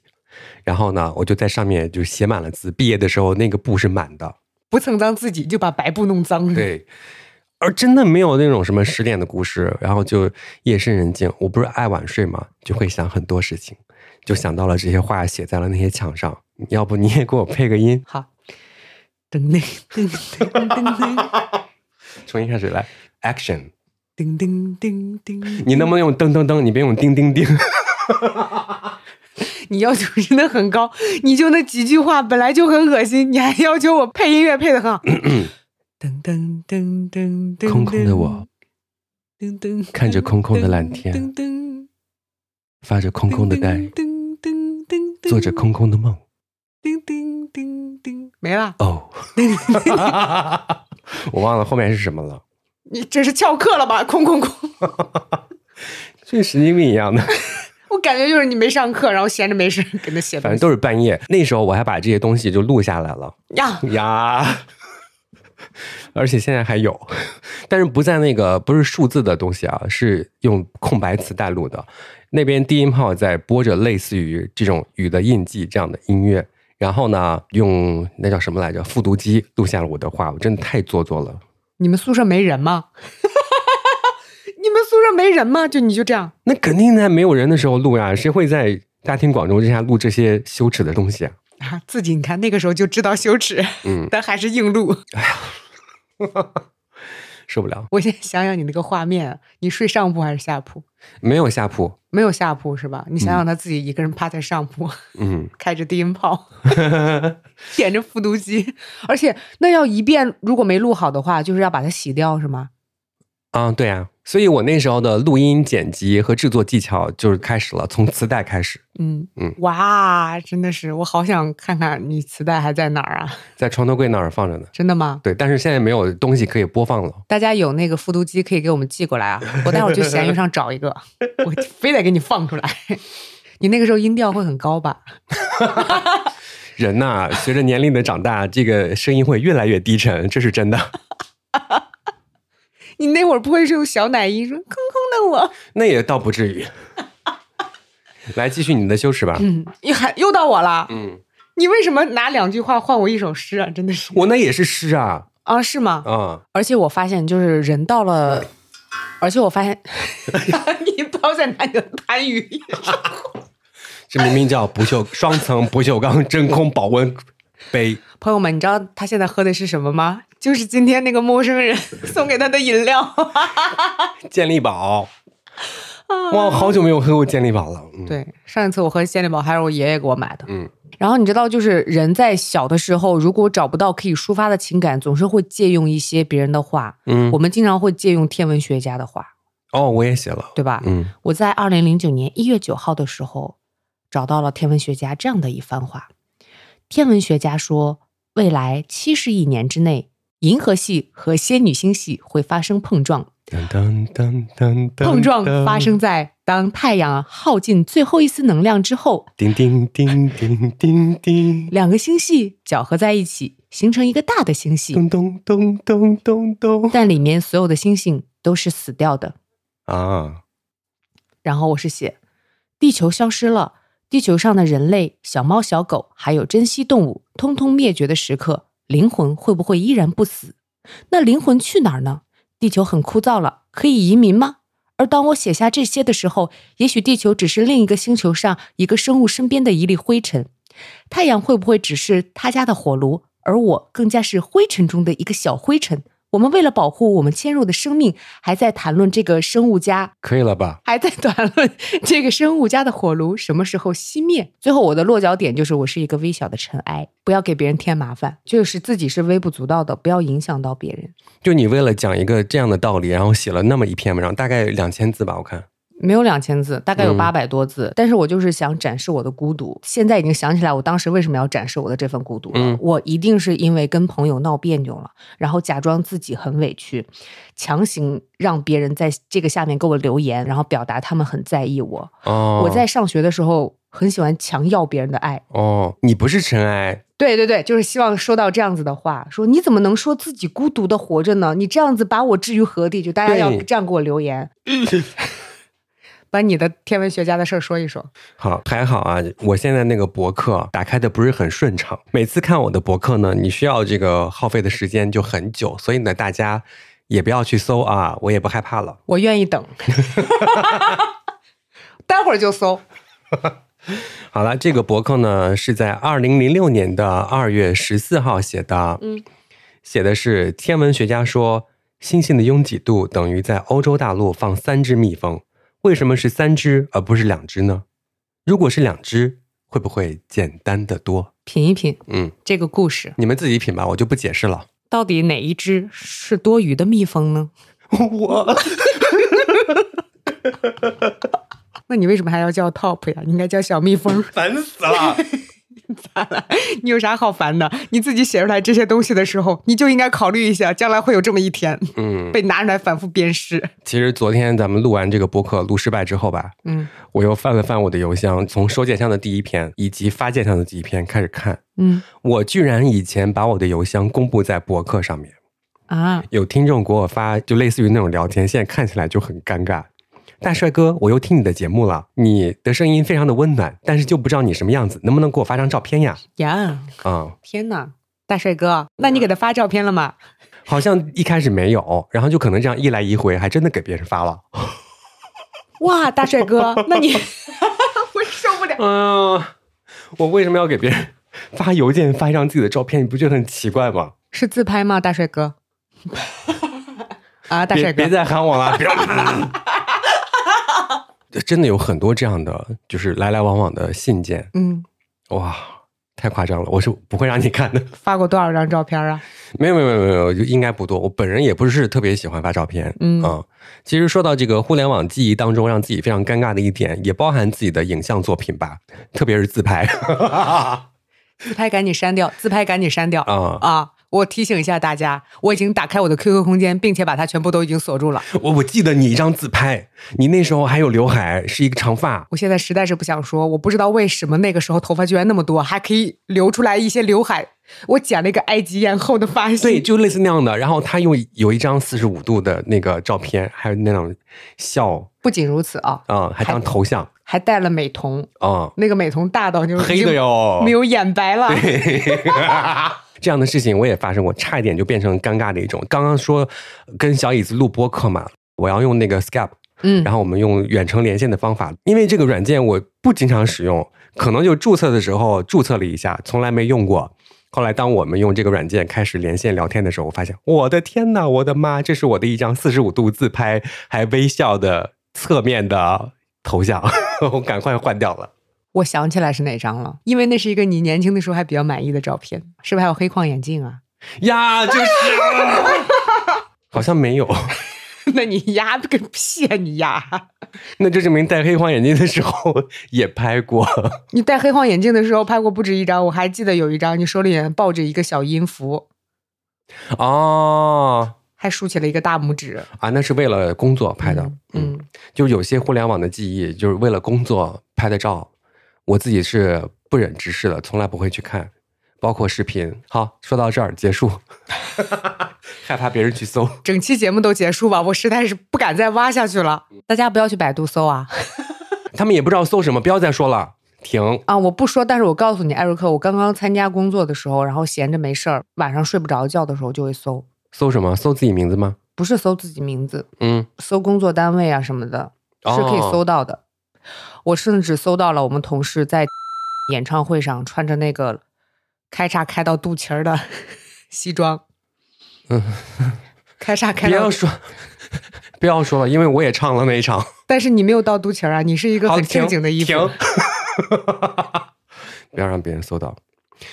然后呢，我就在上面就写满了字，毕业的时候那个布是满的，
不蹭脏自己，就把白布弄脏。，
对，而真的没有那种什么失恋的故事，然后就夜深人静，我不是爱晚睡嘛，就会想很多事情，就想到了这些话写在了那些墙上。要不你也给我配个音，
好。噔噔噔噔 噔
从一开始来，action。
噔噔噔噔，
你能不能用噔噔噔？你别用叮叮叮。
你要求真的很高，你就那几句话本来就很恶心，你还要求我配音乐配的很好。 噔噔噔噔噔，
空空的我，
噔噔，
看着空空的蓝天
噔噔，
发着空空的呆，
噔噔噔噔，
做着空空的梦。
叮叮叮叮，没了。
哦， 我忘了后面是什么了。
你这是翘课了吧？空空空！
这神经病一样的。
我感觉就是你没上课，然后闲着没事儿搁那写
反正
东西。
都是半夜，那时候我还把这些东西就录下来了
呀，
呀，而且现在还有，但是不在那个不是数字的东西啊，是用空白磁带录的。那边低音炮在播着类似于这种雨的印记这样的音乐，然后呢，用那叫什么来着复读机录下了我的话，我真的太做作了。
你们宿舍没人吗？ 你们宿舍没人吗？就你就这样，
那肯定在没有人的时候录呀、谁会在大庭广众之下录这些羞耻的东西啊？
啊，自己你看那个时候就知道羞耻，
嗯
但还是硬录。
受不了，
我现在想想你那个画面，啊你睡上铺还是下铺？
没有下铺，
没有下铺是吧？你想想他自己一个人趴在上铺，
嗯。
开着低音炮，点着复读机，而且那要一遍，如果没录好的话，就是要把它洗掉是吗？
啊、对啊，所以我那时候的录音、剪辑和制作技巧就是开始了，从磁带开始，
嗯
嗯
哇，真的是，我好想看看你磁带还在哪儿啊！
在床头柜那儿放着呢。
真的吗？
对，但是现在没有东西可以播放了。
大家有那个复读机可以给我们寄过来啊，我待会儿去闲鱼上找一个，我非得给你放出来。 你那个时候音调会很高吧？
人呐、随着年龄的长大，这个声音会越来越低沉，这是真的。
你那会儿不会是用小奶音说“空空的我
那也倒不至于。 来，继续你的羞耻吧”？。
嗯，又还又到我了。
嗯，
你为什么拿两句话换我一首诗啊？真的是
我那也是诗啊
啊，是吗？
啊！
而且我发现，就是人到了，而且我发 现，你不要再拿你的痰盂。
这明明叫不锈双层不锈钢真空保温杯，
朋友们，你知道他现在喝的是什么吗？就是今天那个陌生人送给他的饮料。
健力
啊
宝。哇，我好久没有喝过健力宝了。嗯，
对，上一次我喝健力宝还是我爷爷给我买的。
嗯，
然后你知道，就是人在小的时候，如果找不到可以抒发的情感，总是会借用一些别人的话。
嗯
我们经常会借用天文学家的话，
哦，我也写了。
对吧？
嗯。
我在二零零九年一月九号的时候，找到了天文学家这样的一番话。天文学家说，未来七十亿年之内，银河系和仙女星系会发生碰撞，
噔噔噔噔噔，
碰撞发生，在当太阳耗尽最后一丝能量之后，
叮叮叮叮叮叮，
两个星系搅合在一起，形成一个大的星系，
咚咚咚咚咚咚
但里面所有的星星都是死掉的。
啊！
然后我是写，地球消失了，地球上的人类、小猫、小狗，还有珍稀动物，通通灭绝的时刻，灵魂会不会依然不死？那灵魂去哪儿呢？地球很枯燥了，可以移民吗？而当我写下这些的时候，也许地球只是另一个星球上一个生物身边的一粒灰尘。太阳会不会只是他家的火炉，而我更加是灰尘中的一个小灰尘？我们为了保护我们迁入的生命，还在谈论这个生物家
可以了吧？
还在谈论 这个生物家的火炉什么时候熄灭。最后，我的落脚点就是我是一个微小的尘埃，不要给别人添麻烦，就是自己是微不足道的，不要影响到别人。
就你为了讲一个这样的道理，然后写了那么一篇文章，大概两千字吧，我看。
没有两千字，大概有
嗯
八百多字，但是我就是想展示我的孤独。现在已经想起来，我当时为什么要展示我的这份孤独了。
嗯
我一定是因为跟朋友闹别扭了，然后假装自己很委屈，强行让别人在这个下面给我留言，然后表达他们很在意我。
哦，
我在上学的时候很喜欢强要别人的爱，
哦，你不是尘埃，
对对对，就是希望收到这样子的话，说你怎么能说自己孤独的活着呢？你这样子把我置于何地？就大家要
对
这样给我留言， 把你的天文学家的事儿说一说。
好还好啊。我现在那个博客打开的不是很顺畅，每次看我的博客呢，你需要这个耗费的时间就很久，所以呢，大家也不要去搜啊，我也不害怕了。
我 愿意等， 待会儿就搜。
好了，这个博客呢是在二零零六年的二月十四号写的，
嗯，
写的是天文学家说，星星的拥挤度等于在欧洲大陆放三只蜜蜂，为什么是三只而不是两只呢？如果是两只，会不会简单的多？
品一品
嗯，
这个故事，
你们自己品吧，我就不解释了。
到底哪一只是多余的蜜蜂呢？
我
那你为什么还要叫 top 呀？你应该叫小蜜蜂。
烦死了，啊
你有啥好烦的？你自己写出来这些东西的时候，你就应该考虑一下，将来会有这么一天
嗯。
被拿出来反复鞭尸。
其实昨天咱们录完这个播客录失败之后吧，
嗯
我又翻了翻我的邮箱，从收件箱的第一篇以及发件箱的第一篇开始看，
嗯
我居然以前把我的邮箱公布在博客上面，
啊，
有听众给我发，就类似于那种聊天，现在看起来就很尴尬。大帅哥，我又听你的节目了，你的声音非常的温暖，但是就不知道你什么样子，能不能给我发张照片呀？
呀，
啊、
天哪，大帅哥，那你给他发照片了吗？
好像一开始没有，然后就可能这样一来一回，还真的给别人发了。
哇，大帅哥，那你 我受 不了。
嗯、我为什么要给别人发邮件发一张自己的照片？你不觉得很奇怪吗？
是自拍吗，大帅哥？啊，大帅
别别
哥，
再喊我了，别。嗯 真的有很多这样的，就是来来往往的信件，
嗯，
哇，太夸张了！我是不会让你看的，
发过多少张照片啊？
没有没有没有没有，就应该不多。我本人也不是特别喜欢发照片，
嗯
啊、其实说到这个互联网记忆当中让自己非常尴尬的一点，也包含自己的影像作品吧，特别是自拍啊、
自拍赶紧删掉，自拍赶紧删掉啊！我提醒一下大家，我已经打开我的 QQ 空间，并且把它全部都已经锁住了。
我我记得你一张自拍，你那时候还有刘海，是一个长发，
我现在实在是不想说，我不知道为什么那个时候头发居然那么多，还可以留出来一些刘海。我剪了一个埃及艳后的发型，
对，就类似那样的。然后他又有一张四十五度的那个照片，还有那种笑
不仅如此啊，
啊、还当头像
还戴了美瞳，
啊、
那个美瞳大到就是嗯已
黑
经
的哟。
没有眼白了。
这样的事情我也发生过，差一点就变成尴尬的一种。刚刚说跟小椅子录播客嘛，我要用那个 Skype，
嗯
然后我们用远程连线的方法，因为这个软件我不经常使用，可能就注册的时候注册了一下，从来没用过。后来，当我们用这个软件开始连线聊天的时候，我发现，我的天呐，我的妈，这是我的一张四十五度自拍，还微笑的侧面的头像， 我赶快换掉了。
我想起来是哪张了，因为那是一个你年轻的时候还比较满意的照片，是不是还有黑框眼镜啊？
呀，就是， 好像没有，
那你压个屁啊你压！
那就证明戴黑框眼镜的时候也拍过。
你戴黑框眼镜的时候拍过不止一张，我还记得有一张你手里面抱着一个小音符，
哦，
还竖起了一个大拇指
啊，那是为了工作拍的，嗯
嗯，
就有些互联网的记忆，就是为了工作拍的照，我自己是不忍直视的，从来不会去看，包括视频。好，说到这儿结束， 害怕别人去搜。
整期节目都结束吧，我实在是不敢再挖下去了。大家不要去百度搜啊
他们也不知道搜什么，不要再说了，停。
啊！我不说，但是我告诉你，艾瑞克，我刚刚参加工作的时候，然后闲着没事儿，晚上睡不着觉的时候就会搜，
搜什么？搜自己名字吗？
不是搜自己名字，
嗯，
搜工作单位啊什么的，是可以
哦
搜到的。我甚至搜到了我们同事在 演唱会上穿着那个 开叉开到肚脐儿的西装，开叉开
不要
到，
说， 不要说了，因为我也唱了那一场。
但是你没有到肚脐儿啊，你是一个
好，
很
停
正经的衣服。
停不要让别人搜到。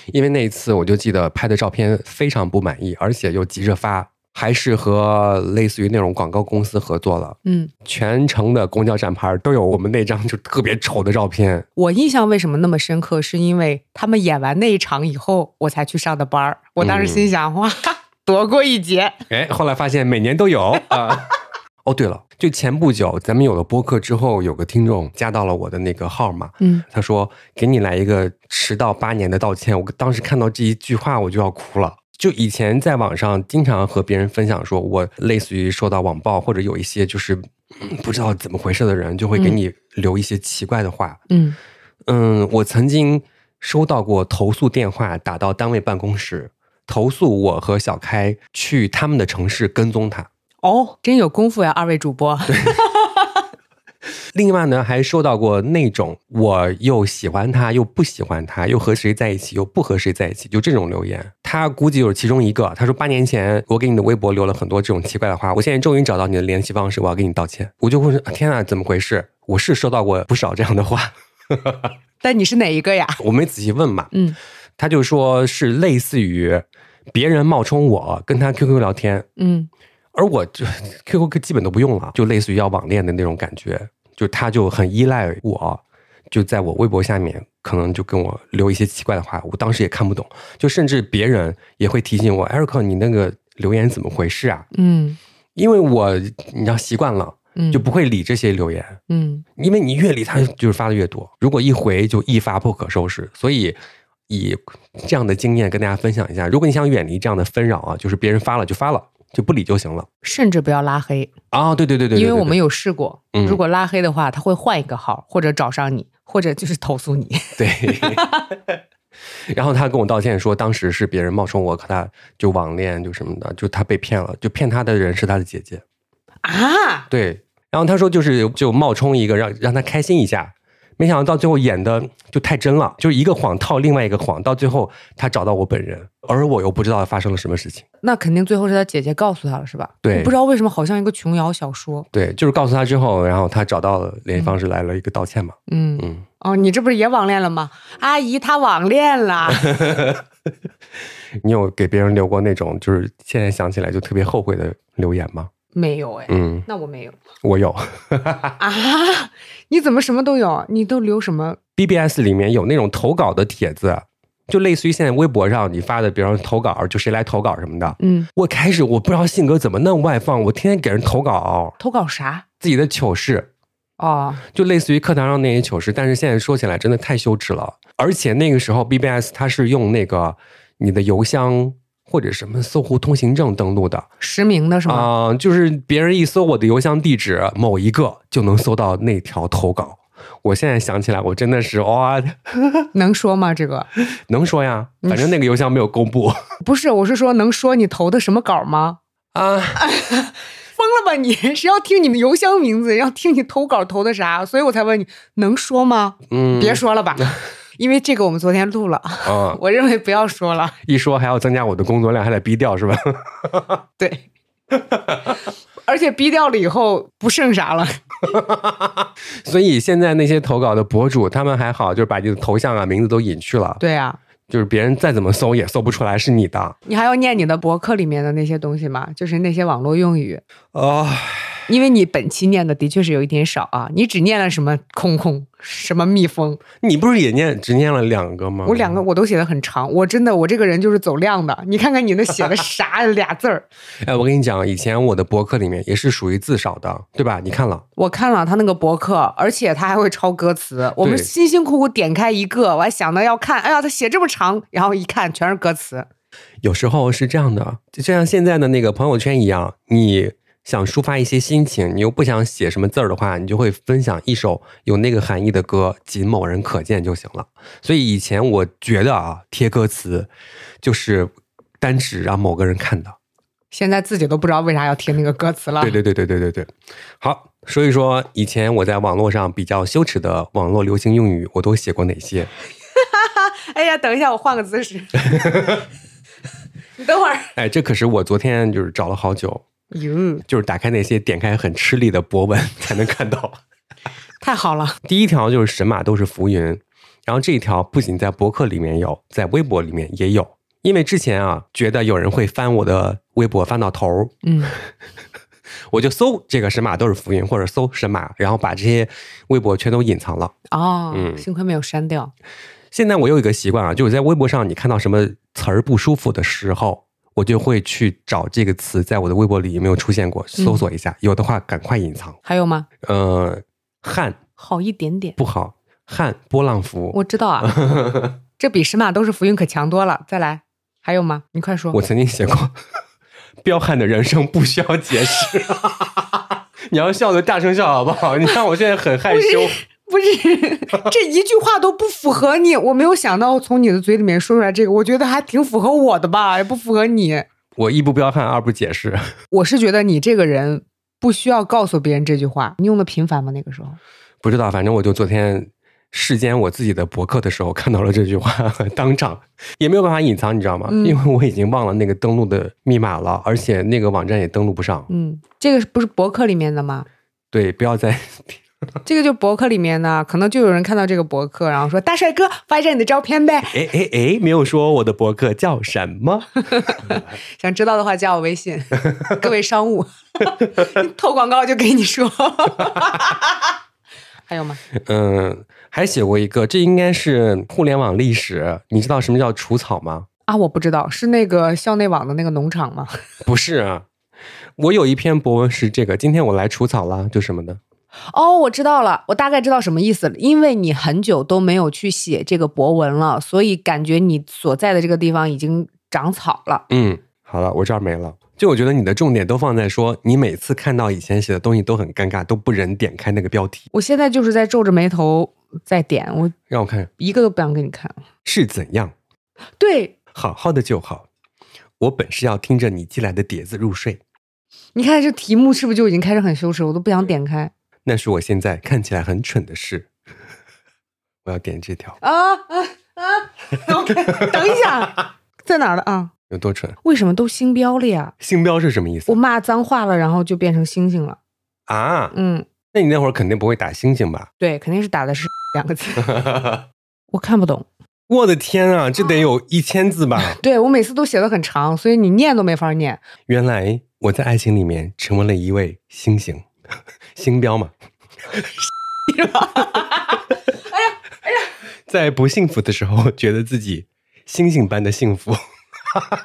因为那一次，我就记得拍的照片非常不满意，而且又急着发，还是和类似于那种广告公司合作了。
嗯，
全程的公交站牌都有我们那张就特别丑的照片。
我印象为什么那么深刻，是因为他们演完那一场以后，我才去上的班儿。我当时
嗯
心想，哇，躲过一劫。
哎，后来发现每年都有啊。 哦，对了，就前不久咱们有了播客之后，有个听众加到了我的那个号码，
嗯，
他说：“给你来一个迟到八年的道歉。”我当时看到这一句话，我就要哭了。就以前在网上经常和别人分享说，我类似于受到网暴，或者有一些就是嗯不知道怎么回事的人，就会给你留一些奇怪的话。
嗯，
嗯，我曾经收到过投诉电话，打到单位办公室投诉我和小开去他们的城市跟踪他。
哦，真有功夫呀，二位主播。
另外呢，还收到过那种我又喜欢他又不喜欢他，又和谁在一起又不和谁在一起，就这种留言。他估计有其中一个，他说八年前我给你的微博留了很多这种奇怪的话，我现在终于找到你的联系方式，我要给你道歉。我就会说天哪，怎么回事？我是收到过不少这样的话，
但你是哪一个呀？
我没仔细问嘛。
嗯
他就说是类似于别人冒充我跟他 QQ 聊天，
嗯，
而我就 QQ 基本都不用了，就类似于要网恋的那种感觉，就他就很依赖我，就在我微博下面可能就跟我留一些奇怪的话，我当时也看不懂，就甚至别人也会提醒我，艾瑞克，你那个留言怎么回事啊？
嗯
因为我你知道习惯了，
嗯，
就不会理这些留言，
嗯
因为你越理他就是发的越多，如果一回就一发不可收拾，所以。以这样的经验跟大家分享一下，如果你想远离这样的纷扰啊，就是别人发了就发了，就不理就行了。
甚至不要拉黑，
啊、对对对对，对
因为我们
对
有试过，
嗯
如果拉黑的话，他会换一个号，或者找上你，或者就是投诉你。
对。然后他跟我道歉说，当时是别人冒充我和他就网恋就什么的，就他被骗了，就骗他的人是他的姐姐。
啊，
对，然后他说就是就冒充一个让让他开心一下，没想到到最后演的就太真了，就是一个谎套另外一个谎，到最后他找到我本人，而我又不知道发生了什么事情。
那肯定最后是他姐姐告诉他了，是吧？
对
我不知道为什么好像一个琼瑶小说。
对，就是告诉他之后，然后他找到了联系方式来了一个道歉嘛。
嗯，
嗯，
哦，你这不是也网恋了吗？阿姨，她网恋 了。
你有给别人留过那种就是现在想起来就特别后悔的留言吗？
没有哎，
嗯，
那我没有
我有。
啊？你怎么什么都有？你都留什么？
BBS 里面有那种投稿的帖子，就类似于现在微博上你发的，比方说投稿，就谁来投稿什么的。
嗯，
我开始我不知道性格怎么那么外放，我天天给人投稿
投稿啥？
自己的糗事，
哦，
就类似于课堂上那些糗事。但是现在说起来真的太羞耻了，而且那个时候 BBS 它是用那个你的邮箱。或者什么搜狐通行证登录的
实名的是吗？
啊、就是别人一搜我的邮箱地址某一个，就能搜到那条投稿。我现在想起来，我真的是哇、
能说吗？这个
能说呀，
嗯
反正那个邮箱没有公布
不是，我是说能说你投的什么稿吗？
啊。
疯了吧你！ 谁要听你们邮箱名字，要听你投稿投的啥？所以我才问你能说吗？
嗯，
别 说了吧，因为这个我们昨天录了，
啊，
我认为不要说了。
一说还要增加我的工作量，还得逼掉 是吧？
对，而且逼掉了以后不剩啥了。
所以现在那些投稿的博主，他们还好，就是把你的头像啊、名字都隐去了，
对啊，
就是别人再怎么搜也搜不出来是你的啊、
你还要念你的博客里面的那些东西吗？就是那些网络用语，
啊
因为你本期念的的确是有一点少啊，你只念了什么空空，什么蜜蜂，
你不是也念只念了两个吗？
我两个，我都写的很长，我真的我这个人就是走量的，你看看你那写的啥俩字儿，
哎，我跟你讲，以前我的博客里面也是属于字少的，对吧？你看了，
我看了他那个博客，而且他还会抄歌词，我们
对
辛辛苦苦点开一个，我还想到要看，哎呀，他写这么长，然后一看全是歌词，
有时候是这样的，就像现在的那个朋友圈一样，你想抒发一些心情，你又不想写什么字儿的话，你就会分享一首有那个含义的歌，仅某人可见就行了。所以以前我觉得啊，贴歌词就是单指让某个人看的。
现在自己都不知道为啥要贴那个歌词了。
对对对对对对对。好，所以说以前我在网络上比较羞耻的网络流行用语，我都写过哪些？
哎呀，等一下，我换个 姿势。你等会儿，
哎，这可是我昨天就是找了好久，
哟，
就是打开那些点开很吃力的博文 才能看到。
太好了，
第一条就是神马都是浮云，然后这一条不仅在博客里面有，在微博里面也有。因为之前啊，觉得有人会翻我的微博翻到头儿，
嗯，
我就搜这个神马都是浮云，或者搜神马，然后把这些微博全都隐藏了。
哦，
嗯
幸亏没有删掉，
现在我有一个习惯啊，就是在微博上你看到什么词儿不舒服的时候，我就会去找这个词在我的微博里有没有出现过，搜索一下，有的话赶快隐藏。
还有吗？
呃，汉
好一点点，
不好，汉波浪符。
我知道啊，这比神马都是浮云可强多了。再来，还有吗？你快说，
我曾经写过，彪悍的人生不需要解释。 你要笑就大声笑好不好？你看我现在很害羞。
不是这一句话都不符合你，我没有想到从你的嘴里面说出来这个，我觉得还挺符合我的吧，也不符合你。
我一不彪悍，二不解释。
我是觉得你这个人不需要告诉别人这句话，你用的频繁吗？那个时候，
不知道，反正我就昨天世间我自己的博客的时候看到了这句话，当场也没有办法隐藏，你知道吗？
嗯
因为我已经忘了那个登录的密码了，而且那个网站也登录不上。
嗯，这个不是博客里面的吗？
对，不要再
这个就博客里面呢，可能就有人看到这个博客，然后说大帅哥发一张你的照片呗，
哎哎哎，没有说我的博客叫什么？
想知道的话加我微信， 各位商务， 投广告就给你说。 还有吗？
嗯，还写过一个，这应该是互联网历史。你知道什么叫除草吗？
啊，我不知道，是那个校内网的那个农场吗？
不是啊，我有一篇博文是这个，今天我来除草啦，就什么的。
哦，我知道了，我大概知道什么意思了。因为你很久都没有去写这个博文了，所以感觉你所在的这个地方已经长草了。
嗯，好了，我这儿没了。就我觉得你的重点都放在说，你每次看到以前写的东西都很尴尬，都不忍点开那个标题。
我现在就是在皱着眉头在点，我
让我看
一个都不想给你看。
是怎样，
对，
好好的就好。我本是要听着你寄来的碟子入睡，
你看这题目是不是就已经开始很羞耻？我都不想点开
那是我现在看起来很蠢的事。 我要点这条，
啊啊啊！OK，等一 下，在哪儿了啊？
有多蠢？
为什么都星标了呀？
星标是什么意思
我骂脏话了，然后就变成星星了。
啊？
嗯，
那你那会儿肯定不会打星星吧？
对，肯定是打的 是两个字，我看不懂。
我的天啊，这得有一千字吧？
对我每次都写的很长，所以你念都没法念。
原来我在爱情里面成为了一位星星， 星标嘛。哎呀，哎呀，在不幸福的时候，觉得自己星星般的幸福。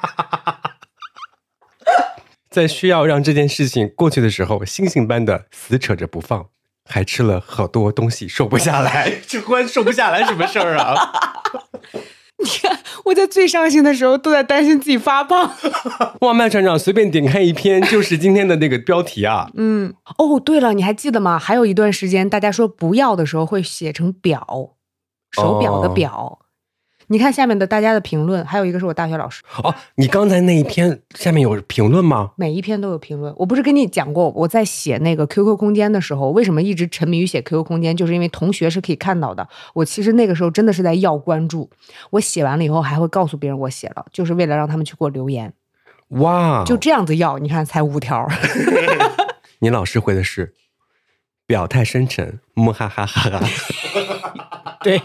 在需要让这件事情过去的时候，星星般的死扯着不放，还吃了好多东西，瘦不下来。 这关瘦不下来什么事儿啊？
我在最伤心的时候都在担心自己发胖。
哇，麦船长随便点开一篇就是今天的那个标题啊。
嗯，哦，对了，你还记得吗？还有一段时间，大家说不要的时候会写成表，手表的
哦
表。你看下面的大家的评论，还有一个是我大学老师，
哦，你刚才那一篇下面有评论吗？
每一篇都有评论。我不是跟你讲过，我在写那个 QQ 空间的时候，为什么一直沉迷于写 QQ 空间，就是因为同学是可以看到的。我其实那个时候真的是在要关注，我写完了以后还会告诉别人我写了，就是为了让他们去给我留言。
哇，哦
就这样子要，你看才五条。
你老师回的是表态深沉，木哈哈哈哈。
对，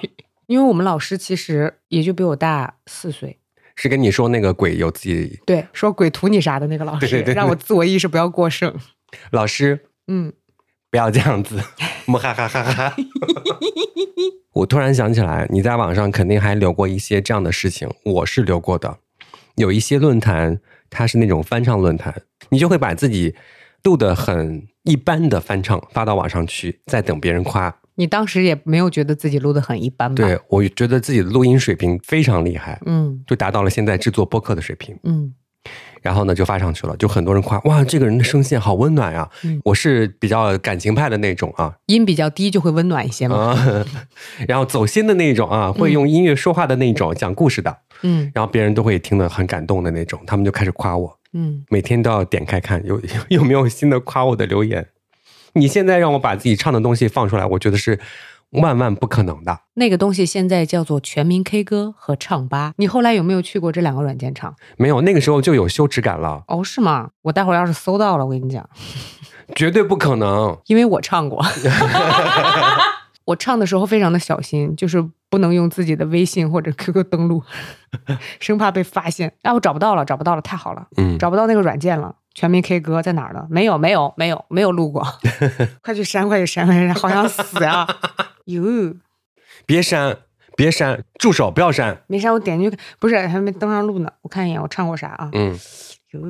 因为我们老师其实也就比我大四岁，
是跟你说那个鬼有自己
对，说鬼图你啥的那个老师，
对对对
让我自我意识不要过剩。
老师
嗯，
不要这样子，木哈哈哈哈。 我突然想起来，你在网上肯定还留过一些这样的事情，我是留过的。有一些论坛，它是那种翻唱论坛，你就会把自己录的很一般的翻唱发到网上去，再等别人夸。
你当时也没有觉得自己录的很一般吧？
对，我觉得自己的录音水平非常厉害，
嗯
就达到了现在制作播客的水平。
嗯
然后呢，就发上去了，就很多人夸哇，这个人的声线好温暖呀、啊
嗯
我是比较感情派的那种啊，
音比较低就会温暖一些嘛。
啊， 然后走心的那种啊，会用音乐说话的那种，讲故事的，
嗯
然后别人都会听得很感动的那种，他们就开始夸我，
嗯，
每天都要点开看有 有没有新的夸我的留言。你现在让我把自己唱的东西放出来，我觉得是万万不可能的。
那个东西现在叫做全民 K 歌和唱吧。你后来有没有去过这两个软件唱？
没有，那个时候就有羞耻感了，
哦，是吗？我待会儿要是搜到了，我跟你讲，
绝对不可能。
因为我唱过。 我唱的时候非常的小心，就是不能用自己的微信或者 QQ 登录， 生怕被发现。哎、我找不到了，找不到了，太好了，
嗯，
找不到那个软件了。全民 K 歌在哪儿呢？没有，没有，没有，没有录过。快去删，快去删，快去删，好想死啊！哟，
别删，别删，住手，不要删。
没删，我点进去看，不是还没登上录呢。我看一眼，我唱过啥啊？
嗯，
哟，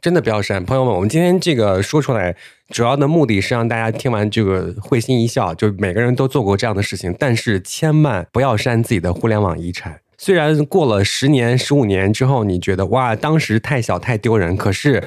真的不要删，朋友们，我们今天这个说出来，主要的目的是让大家听完这个会心一笑，就每个人都做过这样的事情，但是千万不要删自己的互联网遗产。虽然过了十年、十五年之后，你觉得哇，当时太小太丢人，可是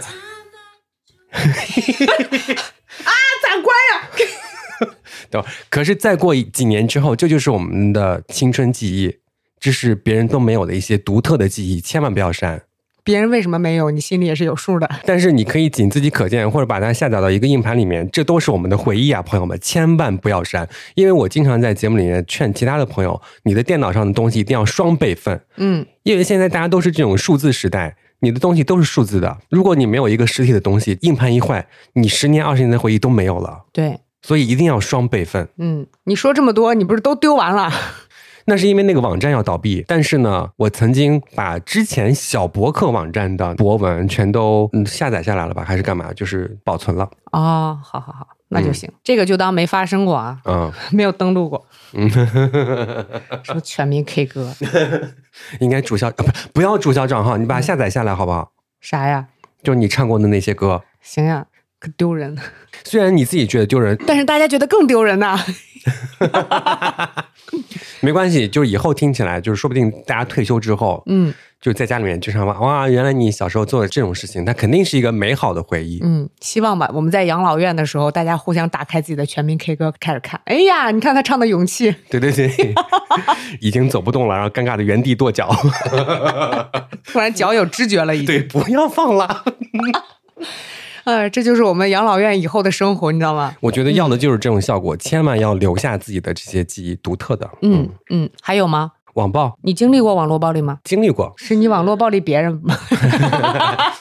咋关呀？
对吧？可是再过几年之后，这就是我们的青春记忆，这是别人都没有的一些独特的记忆，千万不要删。
别人为什么没有？你心里也是有数的。
但是你可以仅自己可见，或者把它下载到一个硬盘里面，这都是我们的回忆啊，朋友们，千万不要删。因为我经常在节目里面劝其他的朋友，你的电脑上的东西一定要双备份，
嗯，
因为现在大家都是这种数字时代，你的东西都是数字的。如果你没有一个实体的东西，硬盘一坏，你十年、二十年的回忆都没有了。
对，
所以一定要双备份。
嗯，你说这么多，你不是都丢完了？
那是因为那个网站要倒闭，但是呢，我曾经把之前小博客网站的博文全都、嗯、下载下来了吧，还是干嘛？就是保存了。
哦，好好好，那就行，这个就当没发生过 啊，
嗯，
没有登录过。 什么全民 K 歌
应该注销，啊不不要注销账号，你把它下载下来好不好？
啥呀？
就是你唱过的那些歌，
行呀，可丢人了。
虽然你自己觉得丢人，
但是大家觉得更丢人呐、
没关系，就是以后听起来，就是说不定大家退休之后，
嗯
就在家里面经常哇哇，原来你小时候做的这种事情，它肯定是一个美好的回忆。
嗯，希望吧，我们在养老院的时候，大家互相打开自己的全民 K 歌，开始看。哎呀，你看他唱的《勇气》，
对对 对，已经走不动了，然后尴尬的原地跺脚。
突然脚有知觉了，已经。
对，不要放了。
呃，这就是我们养老院以后的生活，你知道吗？
我觉得要的就是这种效果，千万要留下自己的这些记忆，独特的。
嗯，嗯，还有吗？
网暴
你经历过网络暴力吗？
经历过，
是你网络暴力别人 吗？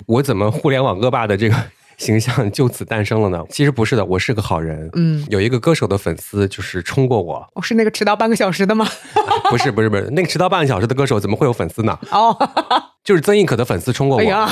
我怎么互联网恶霸的这个 形象就此诞生了呢？其实不是的，我是个好人。
嗯，
有一个歌手的粉丝就是冲过我，
哦，是那个迟到半个小时 的吗？
不是不是不是，那个迟到半个小时的歌手怎么会有粉丝呢？
哦，
就是曾轶可的粉丝冲过
哎
我，
呀，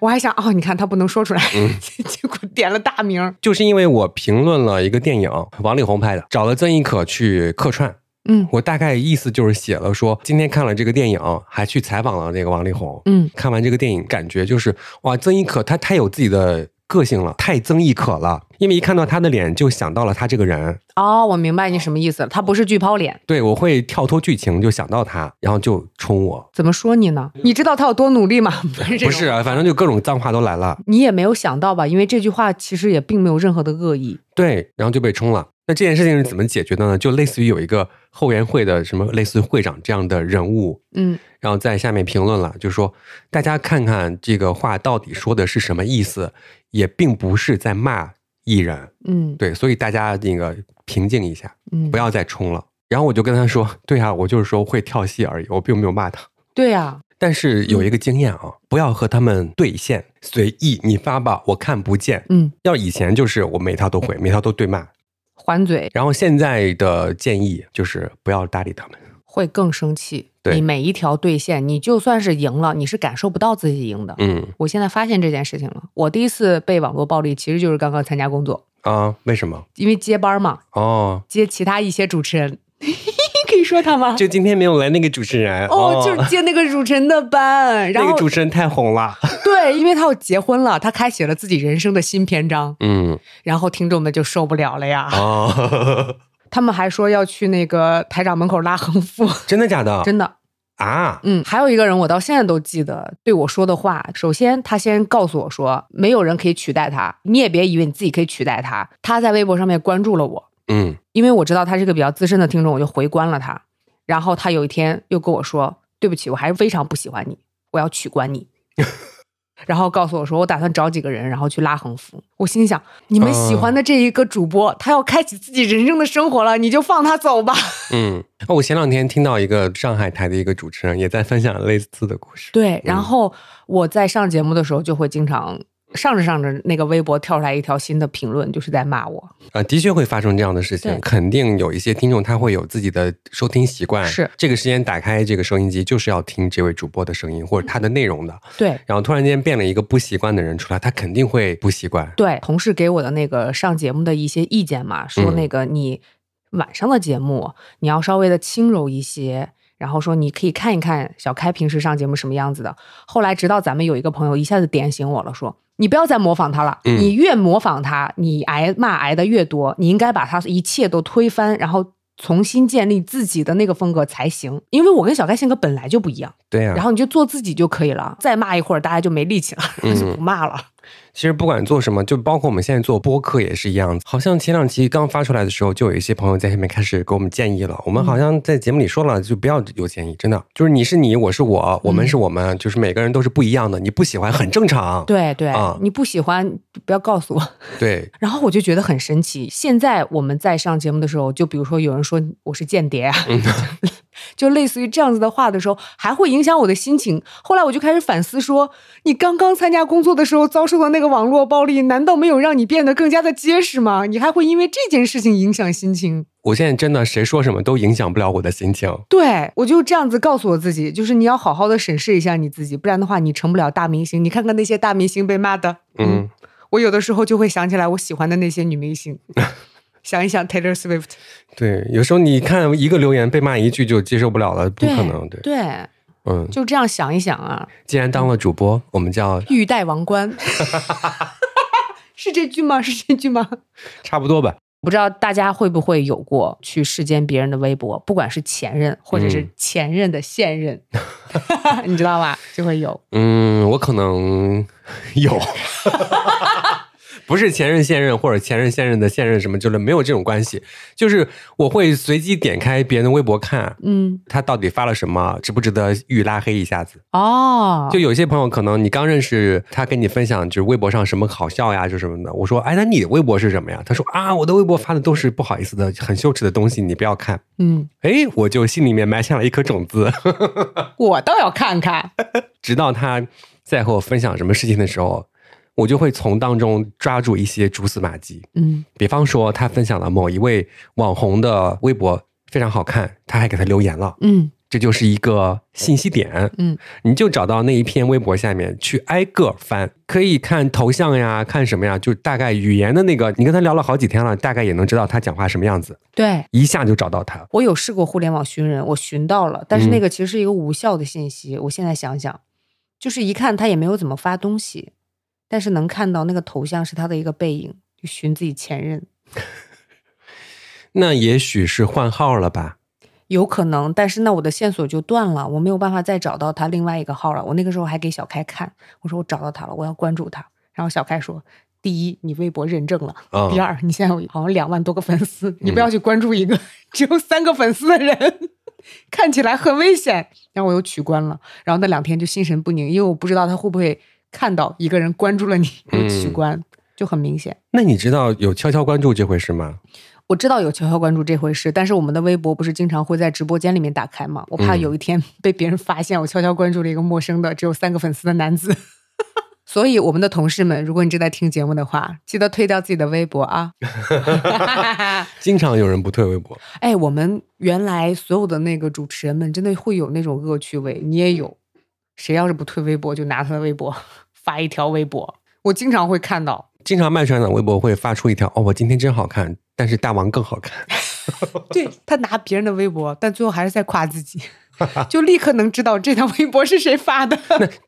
我嗯还想哦，你看他不能说出来， 结果点了大名儿。
就是因为我评论了一个电影，王力宏拍的，找了曾轶可去客串。
嗯
我大概意思就是写了说，今天看了这个电影，还去采访了那个王力宏。
嗯，
看完这个电影，感觉就是哇，曾轶可她太有自己的个性了，太曾轶可了。因为一看到她的脸，就想到了她这个人。
哦，我明白你什么意思了，他不是巨抛脸。
对我会跳脱剧情，就想到她，然后就冲我。
怎么说你呢？你知道他有多努力吗？不是这
不
种
是，啊，反正就各种脏话都来了。
你也没有想到吧？因为这句话其实也并没有任何的恶意。
对，然后就被冲了。那这件事情是怎么解决的呢？就类似于有一个后援会的什么类似于会长这样的人物，
嗯
然后在下面评论了，就说大家看看这个话到底说的是什么意思，也并不是在骂艺人，
嗯
对，所以大家那个平静一下，
嗯，
不要再冲了。然后我就跟他说，对啊，我就是说会跳戏而已，我并没有骂他。
对啊呀、
但是有一
嗯
个经验啊，不要和他们对线，随意你发吧，我看不见。
嗯，
要以前就是我每套都会，每套都对骂，
还嘴
然后现在的建议就是不要搭理他们。
会更生气。
对
你每一条对线，你就算是赢了，你是感受不到自己赢的。
嗯
我现在发现这件事情了。我第一次被网络暴力，其实就是刚刚参加工作，
啊，为什么？
因为接班嘛，
哦，
接其他一些主持人， 可以说他吗？
就今天没有来那个主持人
哦，就是接那个主持人的班，然
那
后
个主持人太红了。
对，因为他要结婚了，他开启了自己人生的新篇章，
嗯
然后听众们就受不了了呀。
哦，
他们还说要去那个台长门口拉横幅，
真的假的？
真的，
啊？
嗯，还有一个人我到现在都记得对我说的话。首先，他先告诉我说，没有人可以取代他，你也别以为你自己可以取代他。他在微博上面关注了我，
嗯
因为我知道他是个比较资深的听众，我就回关了他。然后他有一天又跟我说：“对不起，我还是非常不喜欢你，我要取关你。”然后告诉我说，我打算找几个人，然后去拉横幅。我心想，你们喜欢的这一个主播，他要开启自己人生的生活了，你就放他走吧。
嗯，哦我前两天听到一个上海台的一个主持人也在分享类似的故事。
对，然后我在上节目的时候，就会经常上着上着，那个微博跳出来一条新的评论，就是在骂我。
啊、的确会发生这样的事情
对，
肯定有一些听众他会有自己的收听习惯，
是
这个时间打开这个收音机就是要听这位主播的声音或者
嗯
他的内容的，
对
然后突然间变了一个不习惯的人出来，他肯定会不习惯。
对，同事给我的那个上节目的一些意见嘛，说
嗯
那个你晚上的节目你要稍微的轻柔一些。然后说你可以看一看小开平时上节目什么样子的。后来直到咱们有一个朋友一下子点醒我了，说你不要再模仿他了，
嗯
你越模仿他，你挨骂挨的越多，你应该把他一切都推翻，然后重新建立自己的那个风格才行。因为我跟小开性格本来就不一样，
对啊呀、
然后你就做自己就可以了。再骂一会儿，大家就没力气了，
嗯
就不骂了。
其实不管做什么，就包括我们现在做播客也是一样。好像前两期刚发出来的时候，就有一些朋友在下面开始给我们建议了。我
嗯
们好像在节目里说了，就不要有建议，真的就是你是你，我是我，我
嗯
们是我们，就是每个人都是不一样的。你不喜欢很正常，
对对，
啊
你不喜欢就不要告诉我。
对
然后我就觉得很神奇。现在我们在上节目的时候，就比如说有人说我是间谍啊，
嗯
就类似于这样子的话的时候，还会影响我的心情。后来我就开始反思说，你刚刚参加工作的时候遭受的那个网络暴力，难道没有让你变得更加的结实吗？你还会因为这件事情影响心情？
我现在真的谁说什么都影响不了我的心情。嗯
对我就这样子告诉我自己，就是你要好好的审视一下你自己，不然的话你成不了大明星。你看看那些大明星被骂的，
嗯，
我有的时候就会想起来我喜欢的那些女 明星，想一想 Taylor Swift。
对，有时候你看一个留言被骂一句就接受不了了，不可能。对，
对，
嗯，
就这样想一想啊，
既然当了主播，我们就要
欲戴 王冠， 是这句吗？是这句吗？
差不多吧。
不知道大家会不会有过去视奸别人的微博，不管是前任或者是
嗯
前任的 现任，你知道吧？就会有。
嗯，我可能有， 不是前任、现任或者前任、现任的现任什么之类，没有这种关系。就是我会随机点开别人的微博看。
嗯，
他到底发了什么？值不值得欲拉黑一下子？
哦，
就有些朋友可能你刚认识他，跟你分享就是微博上什么好笑呀，就什么的。我说，哎，那你的微博是什么呀？他说啊，我的微博发的都是不好意思的、很羞耻的东西，你不要 看。
嗯，
哎，我就心里面埋下了一颗种子。
我倒要看看。
直到他在和我分享什么事情的时候，我就会从当中抓住一些蛛丝马迹。
嗯，
比方说，他分享了某一位网红的微博非常好看，他还给他留言了，
嗯
这就是一个信息点。
嗯，
你就找到那一篇微博下面去挨个翻，可以看头像呀，看什么呀，就大概语言的那个，你跟他聊了好几天了，大概也能知道他讲话什么样子，
对。
一下就找到他。
我有试过互联网寻人，我寻到了，但是
嗯
那个其实是一个无效的信息。我现在想想，就是一看他也没有怎么发东西，但是能看到那个头像是他的一个背影，就寻自己前任，
那也许是换号了吧？
有可能。但是那我的线索就断了，我没有办法再找到他另外一个号了。我那个时候还给小开看，我说我找到他了，我要关注他。然后小开说。第一，你微博认证了；
啊、
第二，你现在有好像两万多个粉
嗯
丝，你不要去关注一个 只有三个粉丝的人， 看起来很危险。然后我又取关了，然后那两天就心神不宁，因为我不知道他会不会看到一个人关注了你，又取
嗯
关，就很明显。
那你知道有悄悄关注这回事吗？
我知道有悄悄关注这回事，但是我们的微博不是经常会在直播间里面打开吗？我怕
嗯
有一天被别人发现我悄悄关注了一个陌生的只有三个粉丝的男子。 所以，我们的同事们，如果你正在听节目的话，记得退掉自己的微 博啊！
经常有人不退微博。
哎，我们原来所有的那个主持人们，真的会有那种恶趣味，你也有。谁要是不退微博，就拿他的微博 发一条微博，我经常会 看到。
经常麦船长微博会发出一条：“哦，我今天真好看，但是大王更好看。
对他拿别人的微博，但最后还是在夸自己，就立刻能知道这条微博是谁发的，”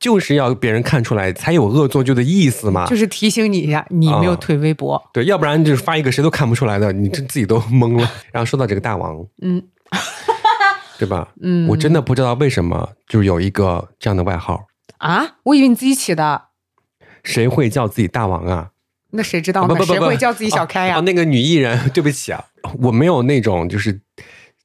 就是要别人看出来才有恶作剧的意思嘛。
就是提醒你一下，你没有
啊
退微博。
对，要不然就是发一个谁都看不出来的，你这自己都懵了。然后说到这个大王，
嗯，
对吧？
嗯，
我真的不知道为什么就是有一个这样的外号，
啊，我以为你自己起的，
谁会叫自己大王啊？
那谁知道
啊
呢？
不不不，
谁
不
会叫自己小开呀、
啊啊那个女艺人，对不起啊，我没有那种就是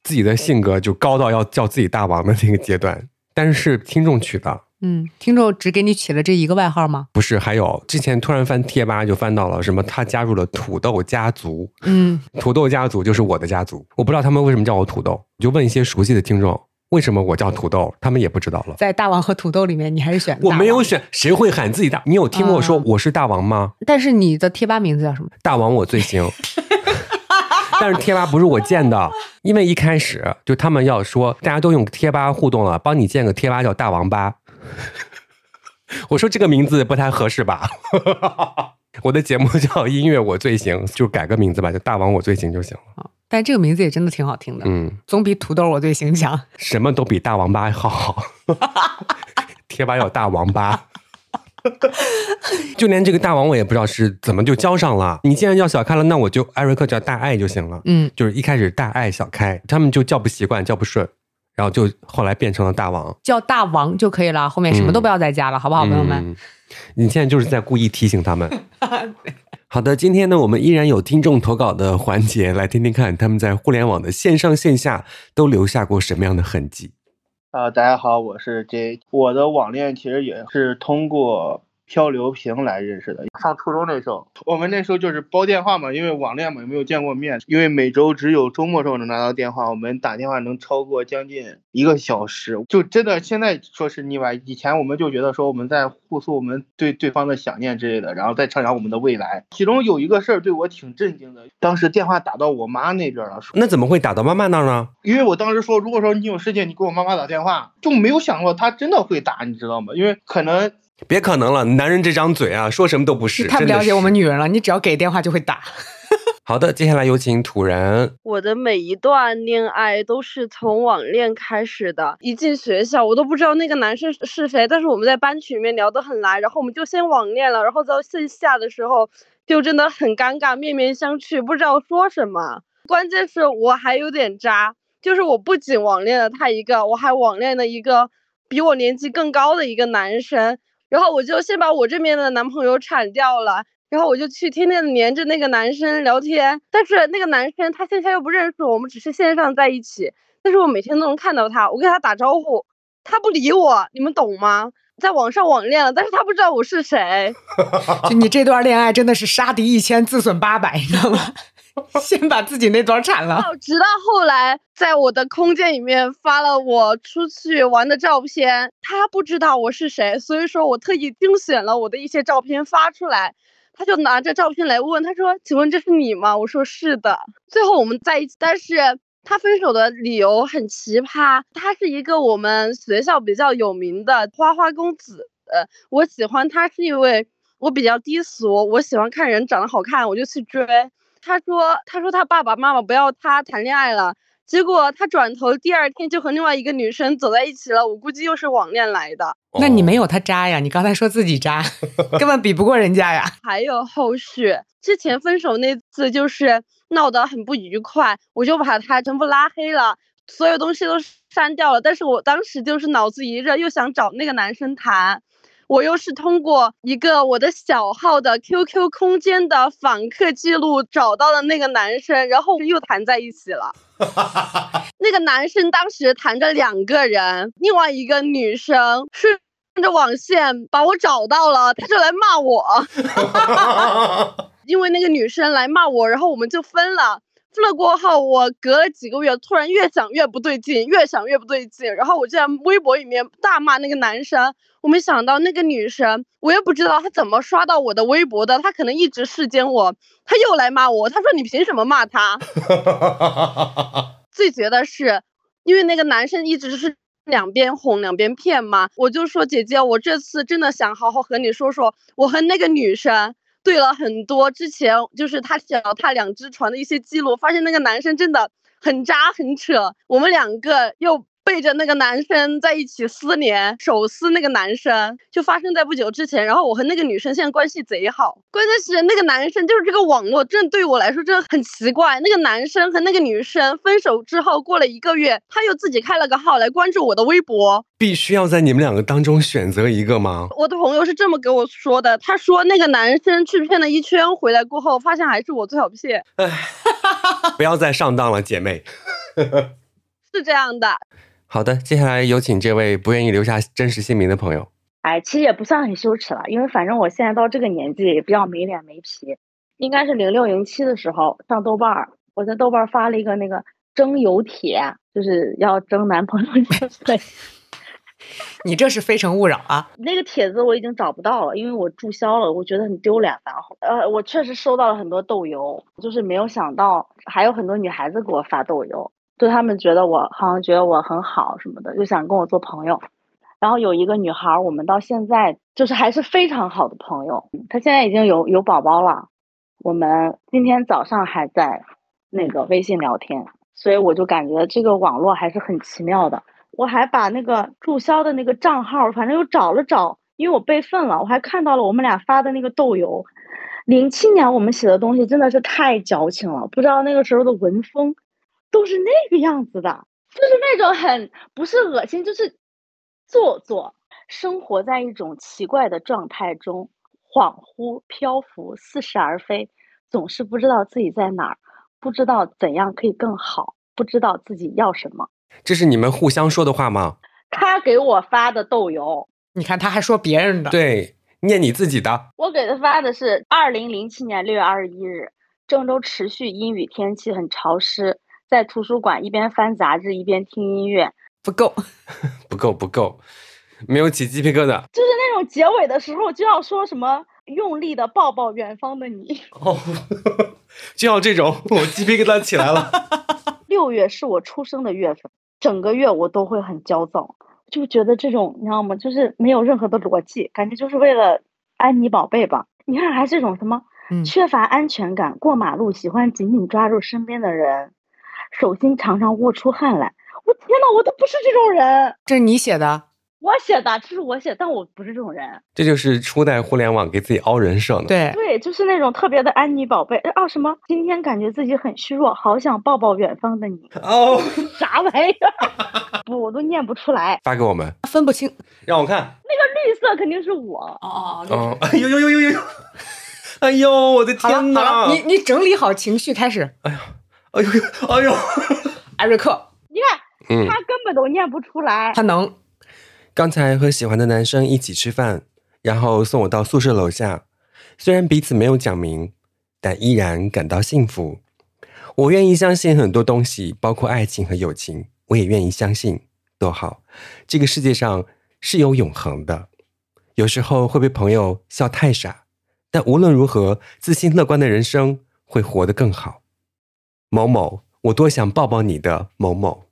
自己的性格就高到要叫自己大王的那个阶段，但是是听众取的。
嗯，听众只给你起了这一个外号吗？
不是，还有之前突然翻贴吧就翻到了什么，他加入了土豆家族，
嗯，
土豆家族就是我的家族，我不知道他们为什么叫我土豆，我就问一些熟悉的听众，为什么我叫土豆，他们也不知道了。
在大王和土豆里面，你还是选
我
大
没有
王，
选，谁会喊自己大？你有听过说
啊
我是大王吗？
但是你的贴吧名字叫什么？
大王我最行。 但是贴吧不是我建的，因为一开始就他们要说大家都用贴吧互动了，帮你建个贴吧叫大王吧。我说这个名字不太合适吧。 我的节目叫音乐我最行，就改个名字吧，就大王我最行就行了。
但这个名字也真的挺好听的，
嗯，
总比土豆我最行强。
什么都比大王八好。 贴吧有大王八， 就连这个大王我也不知道是怎么就交上了。你既然要小开了，那我就艾瑞克叫大爱就行了。
嗯，
就是一开始大爱小开，他们就叫不习惯，叫不顺，然后就后来变成了大王。
叫大王就可以了，后面什么都不要再加了，好不好，朋友们？
嗯，你现在就是在故意提醒他们。 好的，今天呢，我们依然有听众投稿的环节，来听听看他们在互联网的线上线下都留下过什么样的痕迹。
呃，大家好，我是 J。我的网恋其实也是通过漂流瓶来认识的。上初中那时候，我们那时候就是煲电话嘛，因为网恋嘛，也没有见过面，因为每周只有周末时候能拿到电话，我们打电话能超过将近一个小时，就真的现在说是腻歪。以前我们就觉得说我们在互诉我们对对方的想念之类的，然后再畅想我们的未来。其中有一个事儿对我挺震惊的，当时电话打到我妈那边了，说
那怎么会打到妈妈那儿呢？
因为我当时说，如果说你有事情，你给我妈妈打电话，就没有想过她真的会打，你知道吗？因为可能
别可能了，男人这张嘴啊，说什么都不是。
你太不
真的
了解
是
我们。女人了，你只要给电话就 会打。
好的，接下来有请土人。
我的每一段恋爱都是从网恋开始的。一进学校，我都不知道那个男生是是谁，但是我们在班群里面聊得很来，然后我们就先网恋了，然后到线下的时候就真的很尴尬，面面相觑，不知道说什么。关键是我还有点渣，就是我不仅网恋了他一个，我还网恋了一个比我年纪更高的一个男生，然后我就先把我这边的男朋友铲掉了，然后我就去天天的黏着那个男生聊天，但是那个男生他线下又不认识我，我们只是线上在一起，但是我每天都能看到他，我跟他打招呼，他不理我，你们懂吗？在网上网恋了，但是他不知道我是谁。
就你这段恋爱真的是杀敌一千，自损八百，你知道吗？ 先把自己那段铲了。
到哦直到后来，在我的空间里面发了我出去玩的照片，他不知道我是谁，所以说我特意精选了我的一些照片发出来。他就拿着照片来问，他说：“请问这是你吗？”我说：“是的。”最后我们在一起，但是他分手的理由很奇葩，他是一个我们学校比较有名的花花公子。呃，我喜欢他是因为我比较低俗，我喜欢看人长得好看，我就去追。他说他说他爸爸妈妈不要他谈恋爱了，结果他转头第二天就和另外一个女生走在一起了，我估计又是网恋来的。
那你没
有？
有他渣呀？你刚才说自 己渣，根本比不过人家呀。
还有后续，之前分手那次就是闹得很不愉快，我就把他全部拉黑了，所有东西都删掉了。但是我当时就是脑子一热，又想找那个男生谈，我又是通过一个我的小号的 QQ 空间的访客记录找到了那个男生，然后又谈在一起了。那个男生当时谈着两个人，另外一个女生顺着网线把我找到了，他就来骂我。因为那个女生来骂我，然后我们就分了。分了过后，我隔了几个月，突然越想越不对劲，越想越不对劲。然后我就在微博里面大骂那个男生，我没想到那个女生，我也不知道她怎么刷到我的微博的，她可能一直视奸我，她又来骂我，她说你凭什么骂他？最绝的是，因为那个男生一直是两边哄两边骗嘛，我就说姐姐，我这次真的想好好和你说说，我和那个女生对了很多，之前就是他脚踏两只船的一些记录，发现那个男生真的很渣很扯，我们两个又。背着那个男生在一起私联，手撕那个男生，就发生在不久之前。然后我和那个女生现在关系贼好，关键是那个男生就是这个网络，真的对我来说真的很奇怪。那个男生和那个女生分手之后，过了一个月，他又自己开了个号来关注我的微博，
必须要在你们两个当中选择一个 吗？
我的朋友是这么跟我说的，他说那个男生去骗了一圈，回来过后发现还是我最好骗，
不要再上当了，姐妹。
是这样的。
好的，接下来有请这位不愿意留下真实姓名的朋友。
哎，其实也不算很羞耻了，因为反正我现在到这个年纪也比较没脸没皮。应该是零六零七的时候上豆瓣儿，我在豆瓣儿发了一个那个征友帖，就是要征男朋友 对，
你这是非诚勿扰啊！
那个帖子我已经找不到了，因为我注销了，我觉得很丢脸。然后，呃，我确实收到了很多豆油，就是没有想到还有很多女孩子给我发豆油，对她们觉得我好像觉得我很好什么的，就想跟我做朋友。然后有一个女孩儿，我们到现在就是还是非常好的朋友，她现在已经有有宝宝了。我们今天早上还在那个微信聊天，所以我就感觉这个网络还是很奇妙的。我还把那个注销的那个账号，反正又找了找，因为我备份了，我还看到了我们俩发的那个豆油。零七年我们写的东西真的是太矫情了，不知道那个时候的文风都是那个样子的，就是那种很不是恶心，就是做作，生活在一种奇怪的状态中，恍惚漂浮，似是而非，总是不知道自己在哪儿，不知道怎样可以更好，不知道自己要什么。
这是你们互相说的话吗？
他给我发的豆油，
你看他还说别人的，
对，念你自己的。
我给他发的是二零零七年六月二十一日，郑州持续阴雨天气很潮湿，在图书馆一边翻杂志一边听音乐，
不够。
不够不够，没有起鸡皮疙瘩。
就是那种结尾的时候就要说什么用力的抱抱远方的你。
哦，就要这种，我鸡皮疙瘩起来 了。
六月是我出生的月份，整个月我都会很焦躁，就觉得这种你知道吗？就是没有任何的逻辑，感觉就是为了安妮宝贝吧。你看还这种什么
嗯
缺乏安全感，过马路喜欢紧紧抓住身边的人，手心常常握出汗来。我天呐，我都不是这种人。
这是你写的，
我写的，这是我写的，但我不是这种人。
这就是初代互联网给自己凹人设呢。，
对，
对，就是那种特别的安妮宝贝。呃啊，什么？今天感觉自己很虚弱，好想抱抱远方的你。
哦，
啥玩意儿？ 不，我都念不出来。
发给我们，
分不清。
让我看。
绿色肯定是我。
哦
哦，哎呦呦呦呦呦！哎呦，我的
好了
天
好
哪！
了，你你整理好情绪，开始。
哎呦哎呦！
艾瑞克，
你看
嗯，
他根本都念不出来。
他能
刚才和喜欢的男生一起吃饭，然后送我到宿舍楼下。虽然彼此没有讲明，但依然感到幸福。我愿意相信很多东西，包括爱情和友情，我也愿意相信。多好，这个世界上是有永恒的。有时候会被朋友笑太傻，但无论如何，自信乐观的人生会活得更好。某某，我多想抱抱你的某某，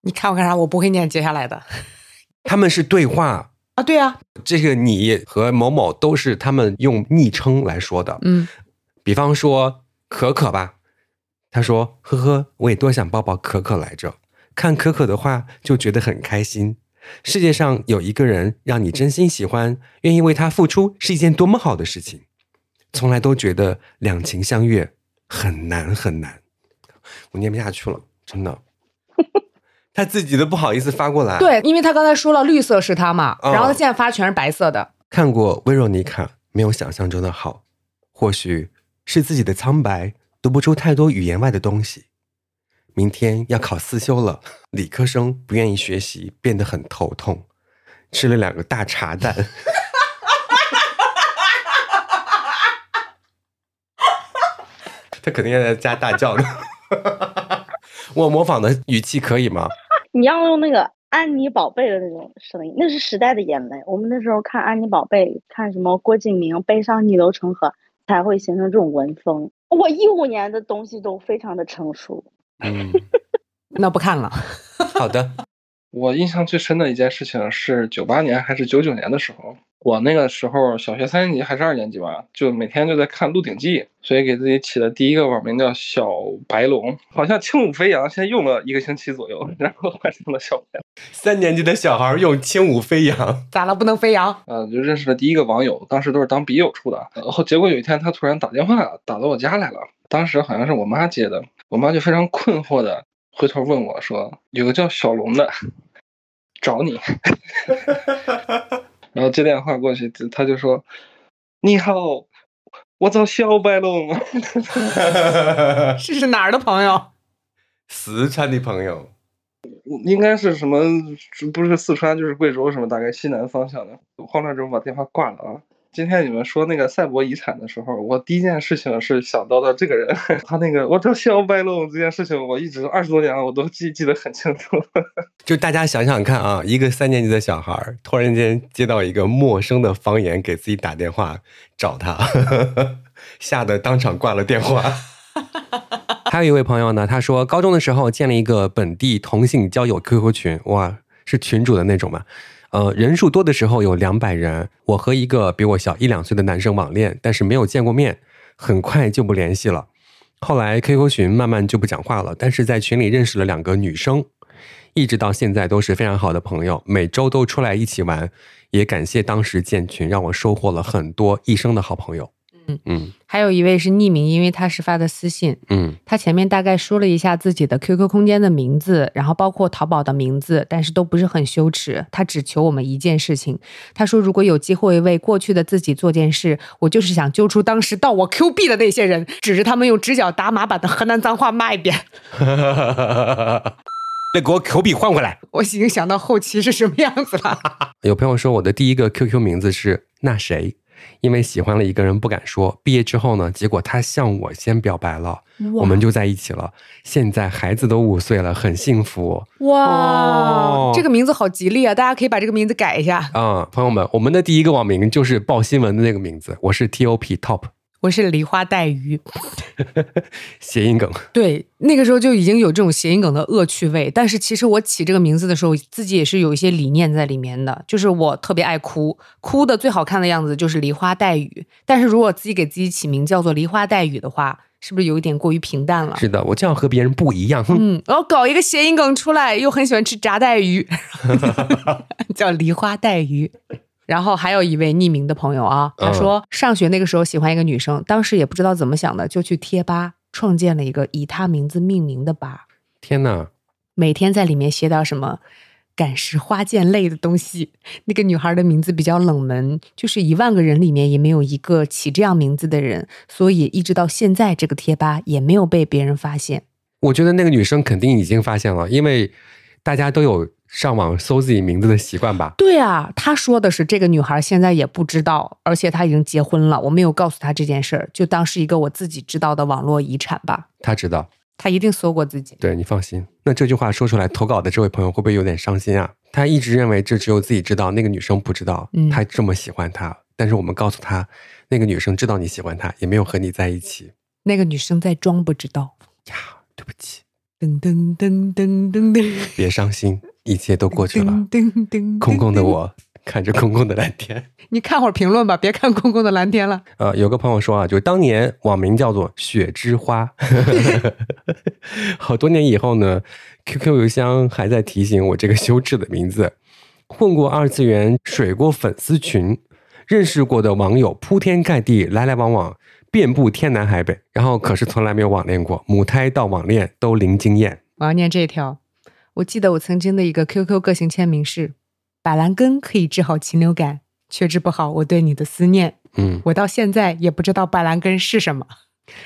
你看我干啥？我不会念接下来的
他们是对话。
啊。对啊，
这个你和某某都是他们用昵称来说的。
嗯，
比方说可可吧，他说：“呵呵，我也多想抱抱可可来着。看可可的话，就觉得很开心。世界上有一个人让你真心喜欢，愿意为他付出，是一件多么好的事情。从来都觉得两情相悦很难很难，我念不下去了，真的。 他自己都不好意思发过来。
对，因为他刚才说了绿色是他嘛，
嗯
然后他现在发全是白色的。
看过《温柔妮卡》，没有想象中的好，或许是自己的苍白，读不出太多语言外的东西。明天要考四修了，理科生不愿意学习，变得很头痛。吃了两个大茶蛋， 他肯定在家大叫呢。 我模仿的语气可以吗？
你要用那个安妮宝贝的那种声音，那是时代的眼泪。我们那时候看安妮宝贝，看什么郭敬明《悲伤逆流成河》，才会形成这种文风。我一五年的东西都非常的成熟。
嗯，
那不看了，
好的。
我印象最深的一件事情是九八年还是九九年的时候，我那个时候小学三年级还是二年级吧，就每天就在看《鹿鼎记》，所以给自己起的第一个网名叫小白龙，好像轻舞飞扬，先用了一个星期左右，然后换成了小白龙。
三年级的小孩用轻舞飞扬，
咋了？不能飞扬？
呃，就认识了第一个网友，当时都是当笔友处的。然后结果有一天他突然打电话打到我家来了，当时好像是我妈接的，我妈就非常困惑的回头问我说：“有个叫小龙的找你。”然后接电话过去，就他就说：“你好，我找小白龙。
这是哪儿的朋友？
四川的朋友，”
应该是什么？不是四川就是贵州什么，大概西南方向的。慌乱中把电话挂了啊！今天你们说那个赛博遗产的时候，我第一件事情是想到的这个人， 他那个我叫肖白龙这件事情，我一直二十多年了，我都记记得很清楚。
就大家想想看啊，一个三年级的小孩儿突然间接到一个陌生的方言给自己打电话找他， 吓得当场挂了电话。还有一位朋友呢，他说高中的时候建了一个本地同性交友 QQ 群，哇，是群主的那种嘛。呃，人数多的时候有两百人，我和一个比我小一两岁的男生网恋，但是没有见过面，很快就不联系了。后来 QQ 群慢慢就不讲话了，但是在群里认识了两个女生，一直到现在都是非常好的朋友，每周都出来一起玩。也感谢当时建群，让我收获了很多一生的好朋友。
嗯
嗯
还有一位是匿名，因为他是发的私信，
嗯，
他前面大概说了一下自己的 QQ 空间的名字，然后包括淘宝的名字，但是都不是很羞耻。他只求我们一件事情，他说如果有机会为过去的自己做件事，我就是想揪出当时盗我 Q 币的那些人，指着他们用直角打码把的河南脏话骂一遍。
那给我口笔换回来。
我已经想到后期是什么样子了。
有朋友说我的第一个 QQ 名字是那谁，因为喜欢了一个人不敢说。毕业之后呢，结果他向我先表白了，我们就在一起了。现在孩子都五岁了，很幸福
哇，
哦
这个名字好吉利啊！大家可以把这个名字改一下。
啊、朋友们，我们的第一个网名就是报新闻的那个名字，我是 TOP Top，
我是梨花带鱼。
谐音梗。
对，那个时候就已经有这种谐音梗的恶趣味，但是其实我起这个名字的时候，自己也是有一些理念在里面的，就是我特别爱哭，哭的最好看的样子就是梨花带雨。但是如果自己给自己起名叫做梨花带雨的话，是不是有一点过于平淡了？
是的，我就要和别人不一样。哼
嗯，然后搞一个谐音梗出来，又很喜欢吃炸带鱼， 叫梨花带鱼。然后还有一位匿名的朋友啊，他说上学那个时候喜欢一个女生，当时也不知道怎么想的，就去贴吧创建了一个以她名字命名的吧，
天哪，
每天在里面写点什么。感时花溅泪的东西，那个女孩的名字比较冷门，就是一万个人里面也没有一个起这样名字的人，所以一直到现在，这个贴吧也没有被别人发现。
我觉得那个女生肯定已经发现了，因为大家都有上网搜自己名字的习惯吧。
对啊，他说的是这个女孩现在也不知道，而且她已经结婚了，我没有告诉她这件事儿，就当是一个我自己知道的网络遗产吧。
她知道，
她一定搜过自己。
对你放心。那这句话说出来，投稿的这位朋友会不会有点伤心啊？他一直认为这只有自己知道，那个女生不知道
嗯。
他这么喜欢她，但是我们告诉他，那个女生知道你喜欢她，也没有和你在一起。
那个女生在装不知道。
对不起，
噔噔噔噔噔噔，
别伤心，一切都过去了。
噔噔噔，
空空的。我看着空空的蓝天。
你看会儿评论吧，别看空空的蓝天了。
呃，有个朋友说 啊，就是当年网名叫做“雪之花”， 好多年以后呢，QQ 邮箱还在提醒我这个羞耻的名字。混过二次元，水过粉丝群，认识过的网友铺天盖地，来来往往，遍布天南海北。然后可是从来没有网恋过，母胎到网恋都零经验。
我要念这条。我记得我曾经的一个 QQ 个性签名是：板蓝根可以治好禽流感，却治不好我对你的思念。
嗯，
我到现在也不知道板蓝根是什么，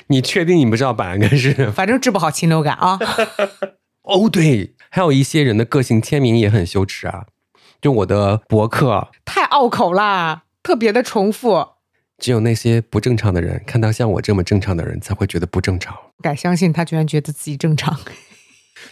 你确定你不知道板蓝根是？
反正治不好禽流感啊。
哦，对，还有一些人的个性签名也很羞耻啊。就我的博客啊
太拗口啦，特别的重复。
只有那些不正常的人，看到像我这么正常的人，才会觉得不正常。
不敢相信他居然觉得自己正常。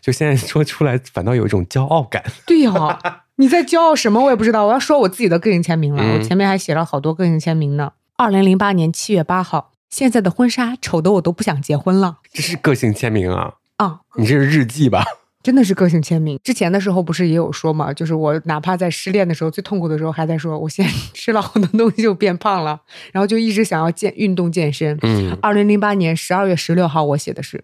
就现在说出来，反倒有一种骄傲感。
对呀、你在骄傲什么？我也不知道。我要说我自己的个性签名了，
嗯
我前面还写了好多个性签名呢。二零零八年七月八号，现在的婚纱丑的我都不想结婚了
这是个性签名啊，
啊！
你这是日记吧？
真的是个性签名。之前的时候不是也有说嘛，就是我哪怕在失恋的时候最痛苦的时候，还在说我现在吃了好多东西就变胖了，然后就一直想要健运动健身。
嗯，
二零零八年十二月十六号，我写的是，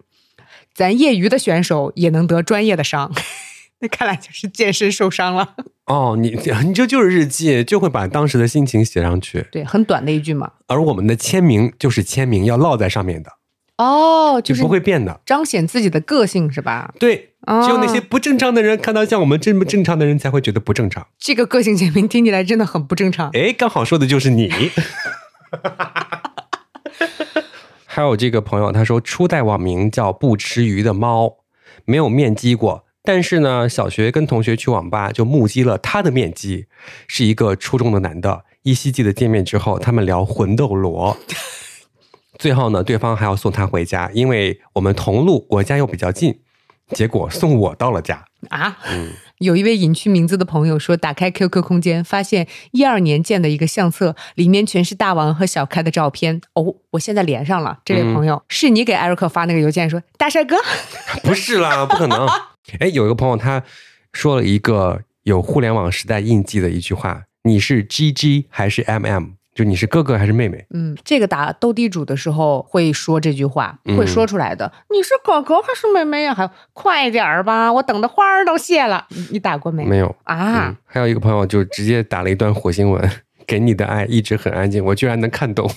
咱业余的选手也能得专业的伤， 那看来就是健身受伤了。
哦，你你这就是日记，就会把当时的心情写上去。
对，很短的一句嘛。
而我们的签名就是签名，要烙在上面的，
哦，
就
就是
不会变的。
彰显自己的个性是吧？
对，
哦
只有那些不正常的人，看到像我们这么正常的人，才会觉得不正常。
这个个性签名听起来真的很不正常。
哎，刚好说的就是你。还有这个朋友，他说初代网名叫不吃鱼的猫，没有面基过，但是呢，小学跟同学去网吧，就目击了他的面基，是一个出众的男的。依稀记得见面之后，他们聊魂斗罗。最后呢，对方还要送他回家，因为我们同路，我家又比较近。结果送我到了家，
啊，
嗯，
有一位隐去名字的朋友说，打开 QQ 空间，发现一二年建的一个相册，里面全是大王和小开的照片。哦，我现在连上了这
嗯
位朋友，是你给艾瑞克发那个邮件说大帅哥，
不是啦，不可能。哎，有一个朋友他说了一个有互联网时代印记的一句话：“你是 G G 还是 M M？” 就你是哥哥还是妹妹？
嗯，这个打斗地主的时候会说这句话，
嗯
会说出来的。你是狗狗还是妹妹呀？还有快点儿吧，我等的花儿都谢了。你你打过没？
没有
啊
嗯，，还有一个朋友就直接打了一段火星文：“ 给你的爱一直很安静，我居然能看懂。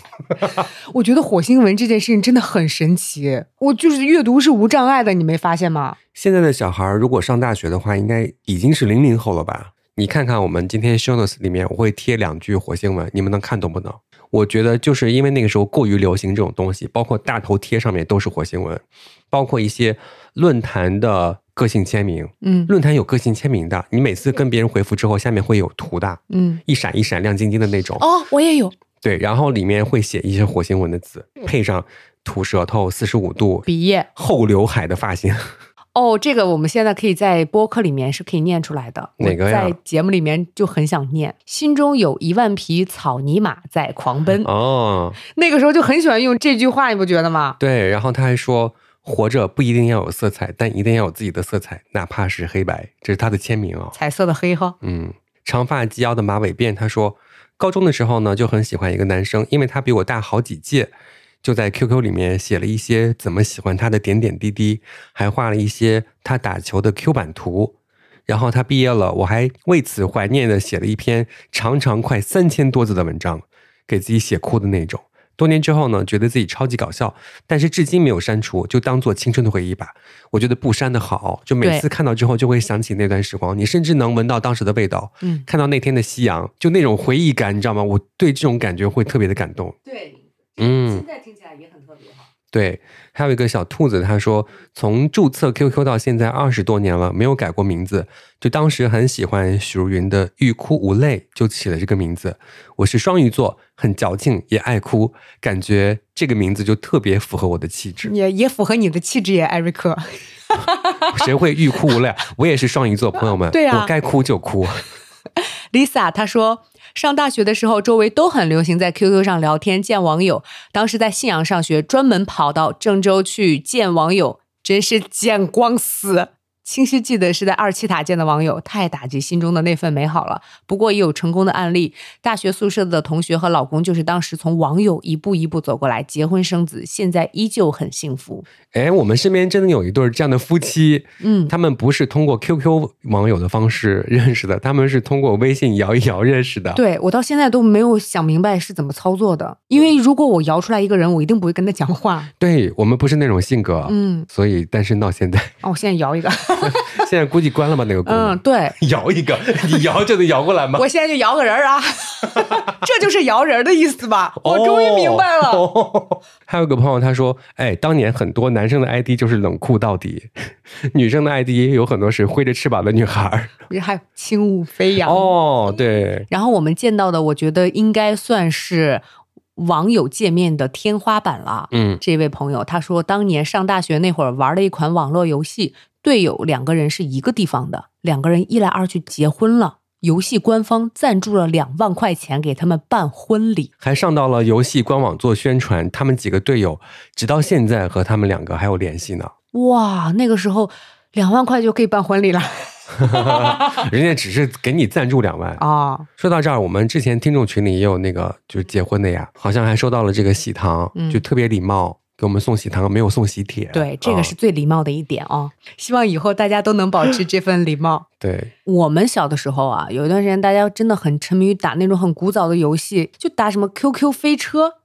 我觉得火星文这件事情真的很神奇。我就是阅读是无障碍的，你没发现吗？”
现在的小孩儿如果上大学的话，应该已经是零零后了吧？你看看我们今天 show notes 里面，我会贴两句火星文，你们能看懂不能？我觉得就是因为那个时候过于流行这种东西，包括大头贴上面都是火星文，包括一些论坛的个性签名，
嗯
论坛有个性签名的，你每次跟别人回复之后，下面会有图的，
嗯。
一闪一闪亮晶晶的那种。
哦，我也有
对，然后里面会写一些火星文的字，配上吐舌头、四十五度、
鼻液
后刘海的发型。
哦，这个我们现在可以在播客里面是可以念出来的。我
哪个呀
在节目里面就很想念，心中有一万匹草泥马在狂奔。
哦，
那个时候就很喜欢用这句话，你不觉得吗？
对，然后他还说，活着不一定要有色彩，但一定要有自己的色彩，哪怕是黑白。这是他的签名啊、
彩色的黑哈，
嗯，长发及腰的马尾辫，他说，高中的时候呢就很喜欢一个男生，因为他比我大好几届。就在 QQ 里面写了一些怎么喜欢他的点点滴滴，还画了一些他打球的 Q 版图。然后他毕业了，我还为此怀念的写了一篇长长快三千多字的文章，给自己写哭的那种。多年之后呢，觉得自己超级搞笑，但是至今没有删除，就当做青春的回忆吧。我觉得不删的好，就每
对
次看到之后就会想起那段时光，你甚至能闻到当时的味道，
嗯
看到那天的夕阳，就那种回忆感，你知道吗？我对这种感觉会特别的感动。
对，
嗯
在听起来也很特别哈。
对，还有一个小兔子，他说从注册 QQ 到现在二十多年了，没有改过名字。就当时很喜欢许茹芸的《欲哭无泪》，就起了这个名字。我是双鱼座，很矫情，也爱哭，感觉这个名字就特别符合我的气质。
也也符合你的气质耶，艾瑞克。
谁会欲哭无泪啊？我也是双鱼座，朋友们，
对啊
我该哭就哭。
Lisa 她说，上大学的时候，周围都很流行在 QQ 上聊天、见网友。当时在信阳上学，专门跑到郑州去见网友，真是见光死。清晰记得是在二七塔见的网友，太打击心中的那份美好了。不过也有成功的案例，大学宿舍的同学和老公就是当时从网友一步一步走过来，结婚生子，现在依旧很幸福。
哎，我们身边真的有一对儿这样的夫妻，
嗯，
他们不是通过 QQ 网友的方式认识的，他们是通过微信摇一摇认识的。
对我到现在都没有想明白是怎么操作的，
嗯
因为如果我摇出来一个人，我一定不会跟他讲 话。
对我们不是那种性格，
嗯，
所以单身到现在，
啊，我现在摇一个，
现在估计关了吧那个功能。
嗯，对，
摇一个，你摇就得摇过 来吗？
我现在就摇个 人儿啊，这就是摇人儿的意思吧？我终于明白了，
哦还有个朋友他说，哎，当年很多男生的 ID 就是冷酷到底， 女生的 ID 也有很多是挥着翅膀的女孩 儿。
还有轻舞飞扬。
哦，对，
然后我们见到的，我觉得应该算是网友界面的天花板了。
嗯，
这位朋友他说，当年上大学那会儿玩了一款网络游戏，队友两个人是一个地方的，两个人一来二去结婚了。游戏官方赞助了两万块钱给他们办婚礼，
还上到了游戏官网做宣传，他们几个队友直到现在和他们两个还有联系呢。
哇，那个时候两万块就可以办婚礼了
人家只是给你赞助两万
啊、
说到这儿，我们之前听众群里也有那个就是结婚的呀，好像还收到了这个喜糖，
嗯
就特别礼貌，给我们送喜糖，没有送喜帖。
对，这个
啊
是最礼貌的一点哦。希望以后大家都能保持这份礼貌。
对，
我们小的时候啊，有一段时间大家真的很沉迷于打那种很古早的游戏，就打什么 QQ 飞车，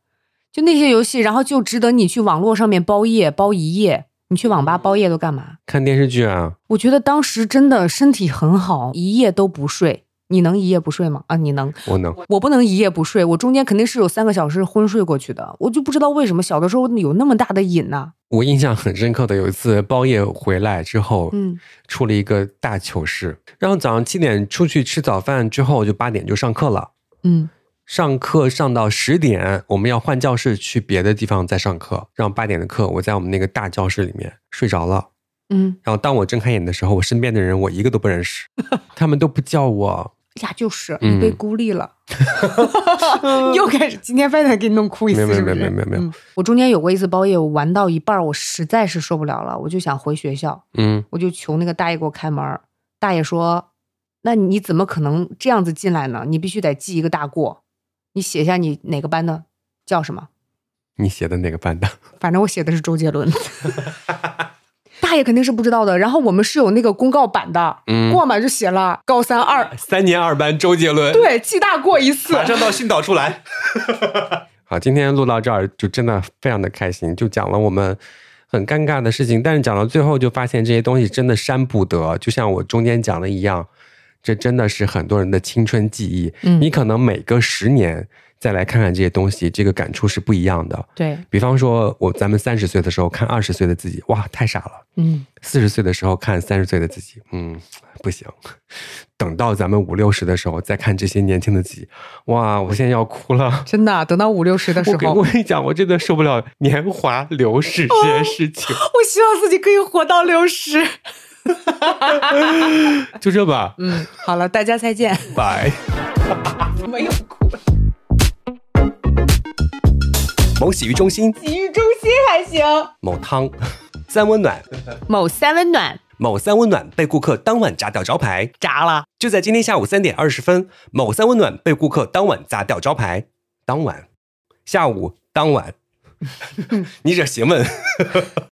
就那些游戏，然后就值得你去网络上面包夜包一夜。你去网吧包夜都干嘛？
看电视剧啊，
我觉得当时真的身体很好，一夜都不睡，你能一夜不睡吗？啊，你能，
我能，
我不能一夜不睡，我中间肯定是有三个小时昏睡过去的，我就不知道为什么小的时候有那么大的瘾呐、
我印象很深刻的有一次包夜回来之后，
嗯，
出了一个大糗事。然后早上七点出去吃早饭之后，就八点就上课了。
嗯，
上课上到十点，我们要换教室去别的地方再上课。然后八点的课，我在我们那个大教室里面睡着了。
嗯，
然后当我睁开眼的时候，我身边的人我一个都不认识，他们都不叫我。
呀，就是
嗯
你被孤立了， 又开始今天非得给你弄哭一次，
没有
是不
没
是
有没有没有没有
嗯我中间有过一次包夜，我玩到一半儿，我实在是受不了了，我就想回学校，
嗯
我就求那个大爷给我开门儿。大爷说：“那你怎么可能这样子进来呢？你必须得记一个大过，你写下你哪个班的，叫什么。”
你写的哪个班的？
反正我写的是周杰伦。 大爷肯定是不知道的。然后我们是有那个公告板的，
嗯
过满就写了高三二，
三年二班周杰伦。
对，记大过一次。
上到训导处来。
好，今天录到这儿就真的非常的开心，就讲了我们很尴尬的事情，但是讲到最后就发现这些东西真的删不得，就像我中间讲的一样，这真的是很多人的青春记忆。
嗯
你可能每隔十年再来看看这些东西，这个感触是不一样的。
对，
比方说，我咱们三十岁的时候看二十岁的自己，哇，太傻了。
嗯，
四十岁的时候看三十岁的自己，嗯，不行。等到咱们五六十的时候再看这些年轻的自己，哇，我现在要哭了。
真的，啊等到五六十的时
我跟
候，
我跟你讲，我真的受不了年华流逝这件事情，
我希望自己可以活到六十。
就这吧，
嗯，好了，大家再见。
拜。
没有哭，
某洗浴中心，
体育中心还行。
某汤，
三温暖，
某三温暖
某三温暖被顾客当晚砸掉招牌，
炸了，
就在今天下午三点二十分，某三温暖被顾客当晚砸掉招牌，当晚，下午，当晚，你惹询问。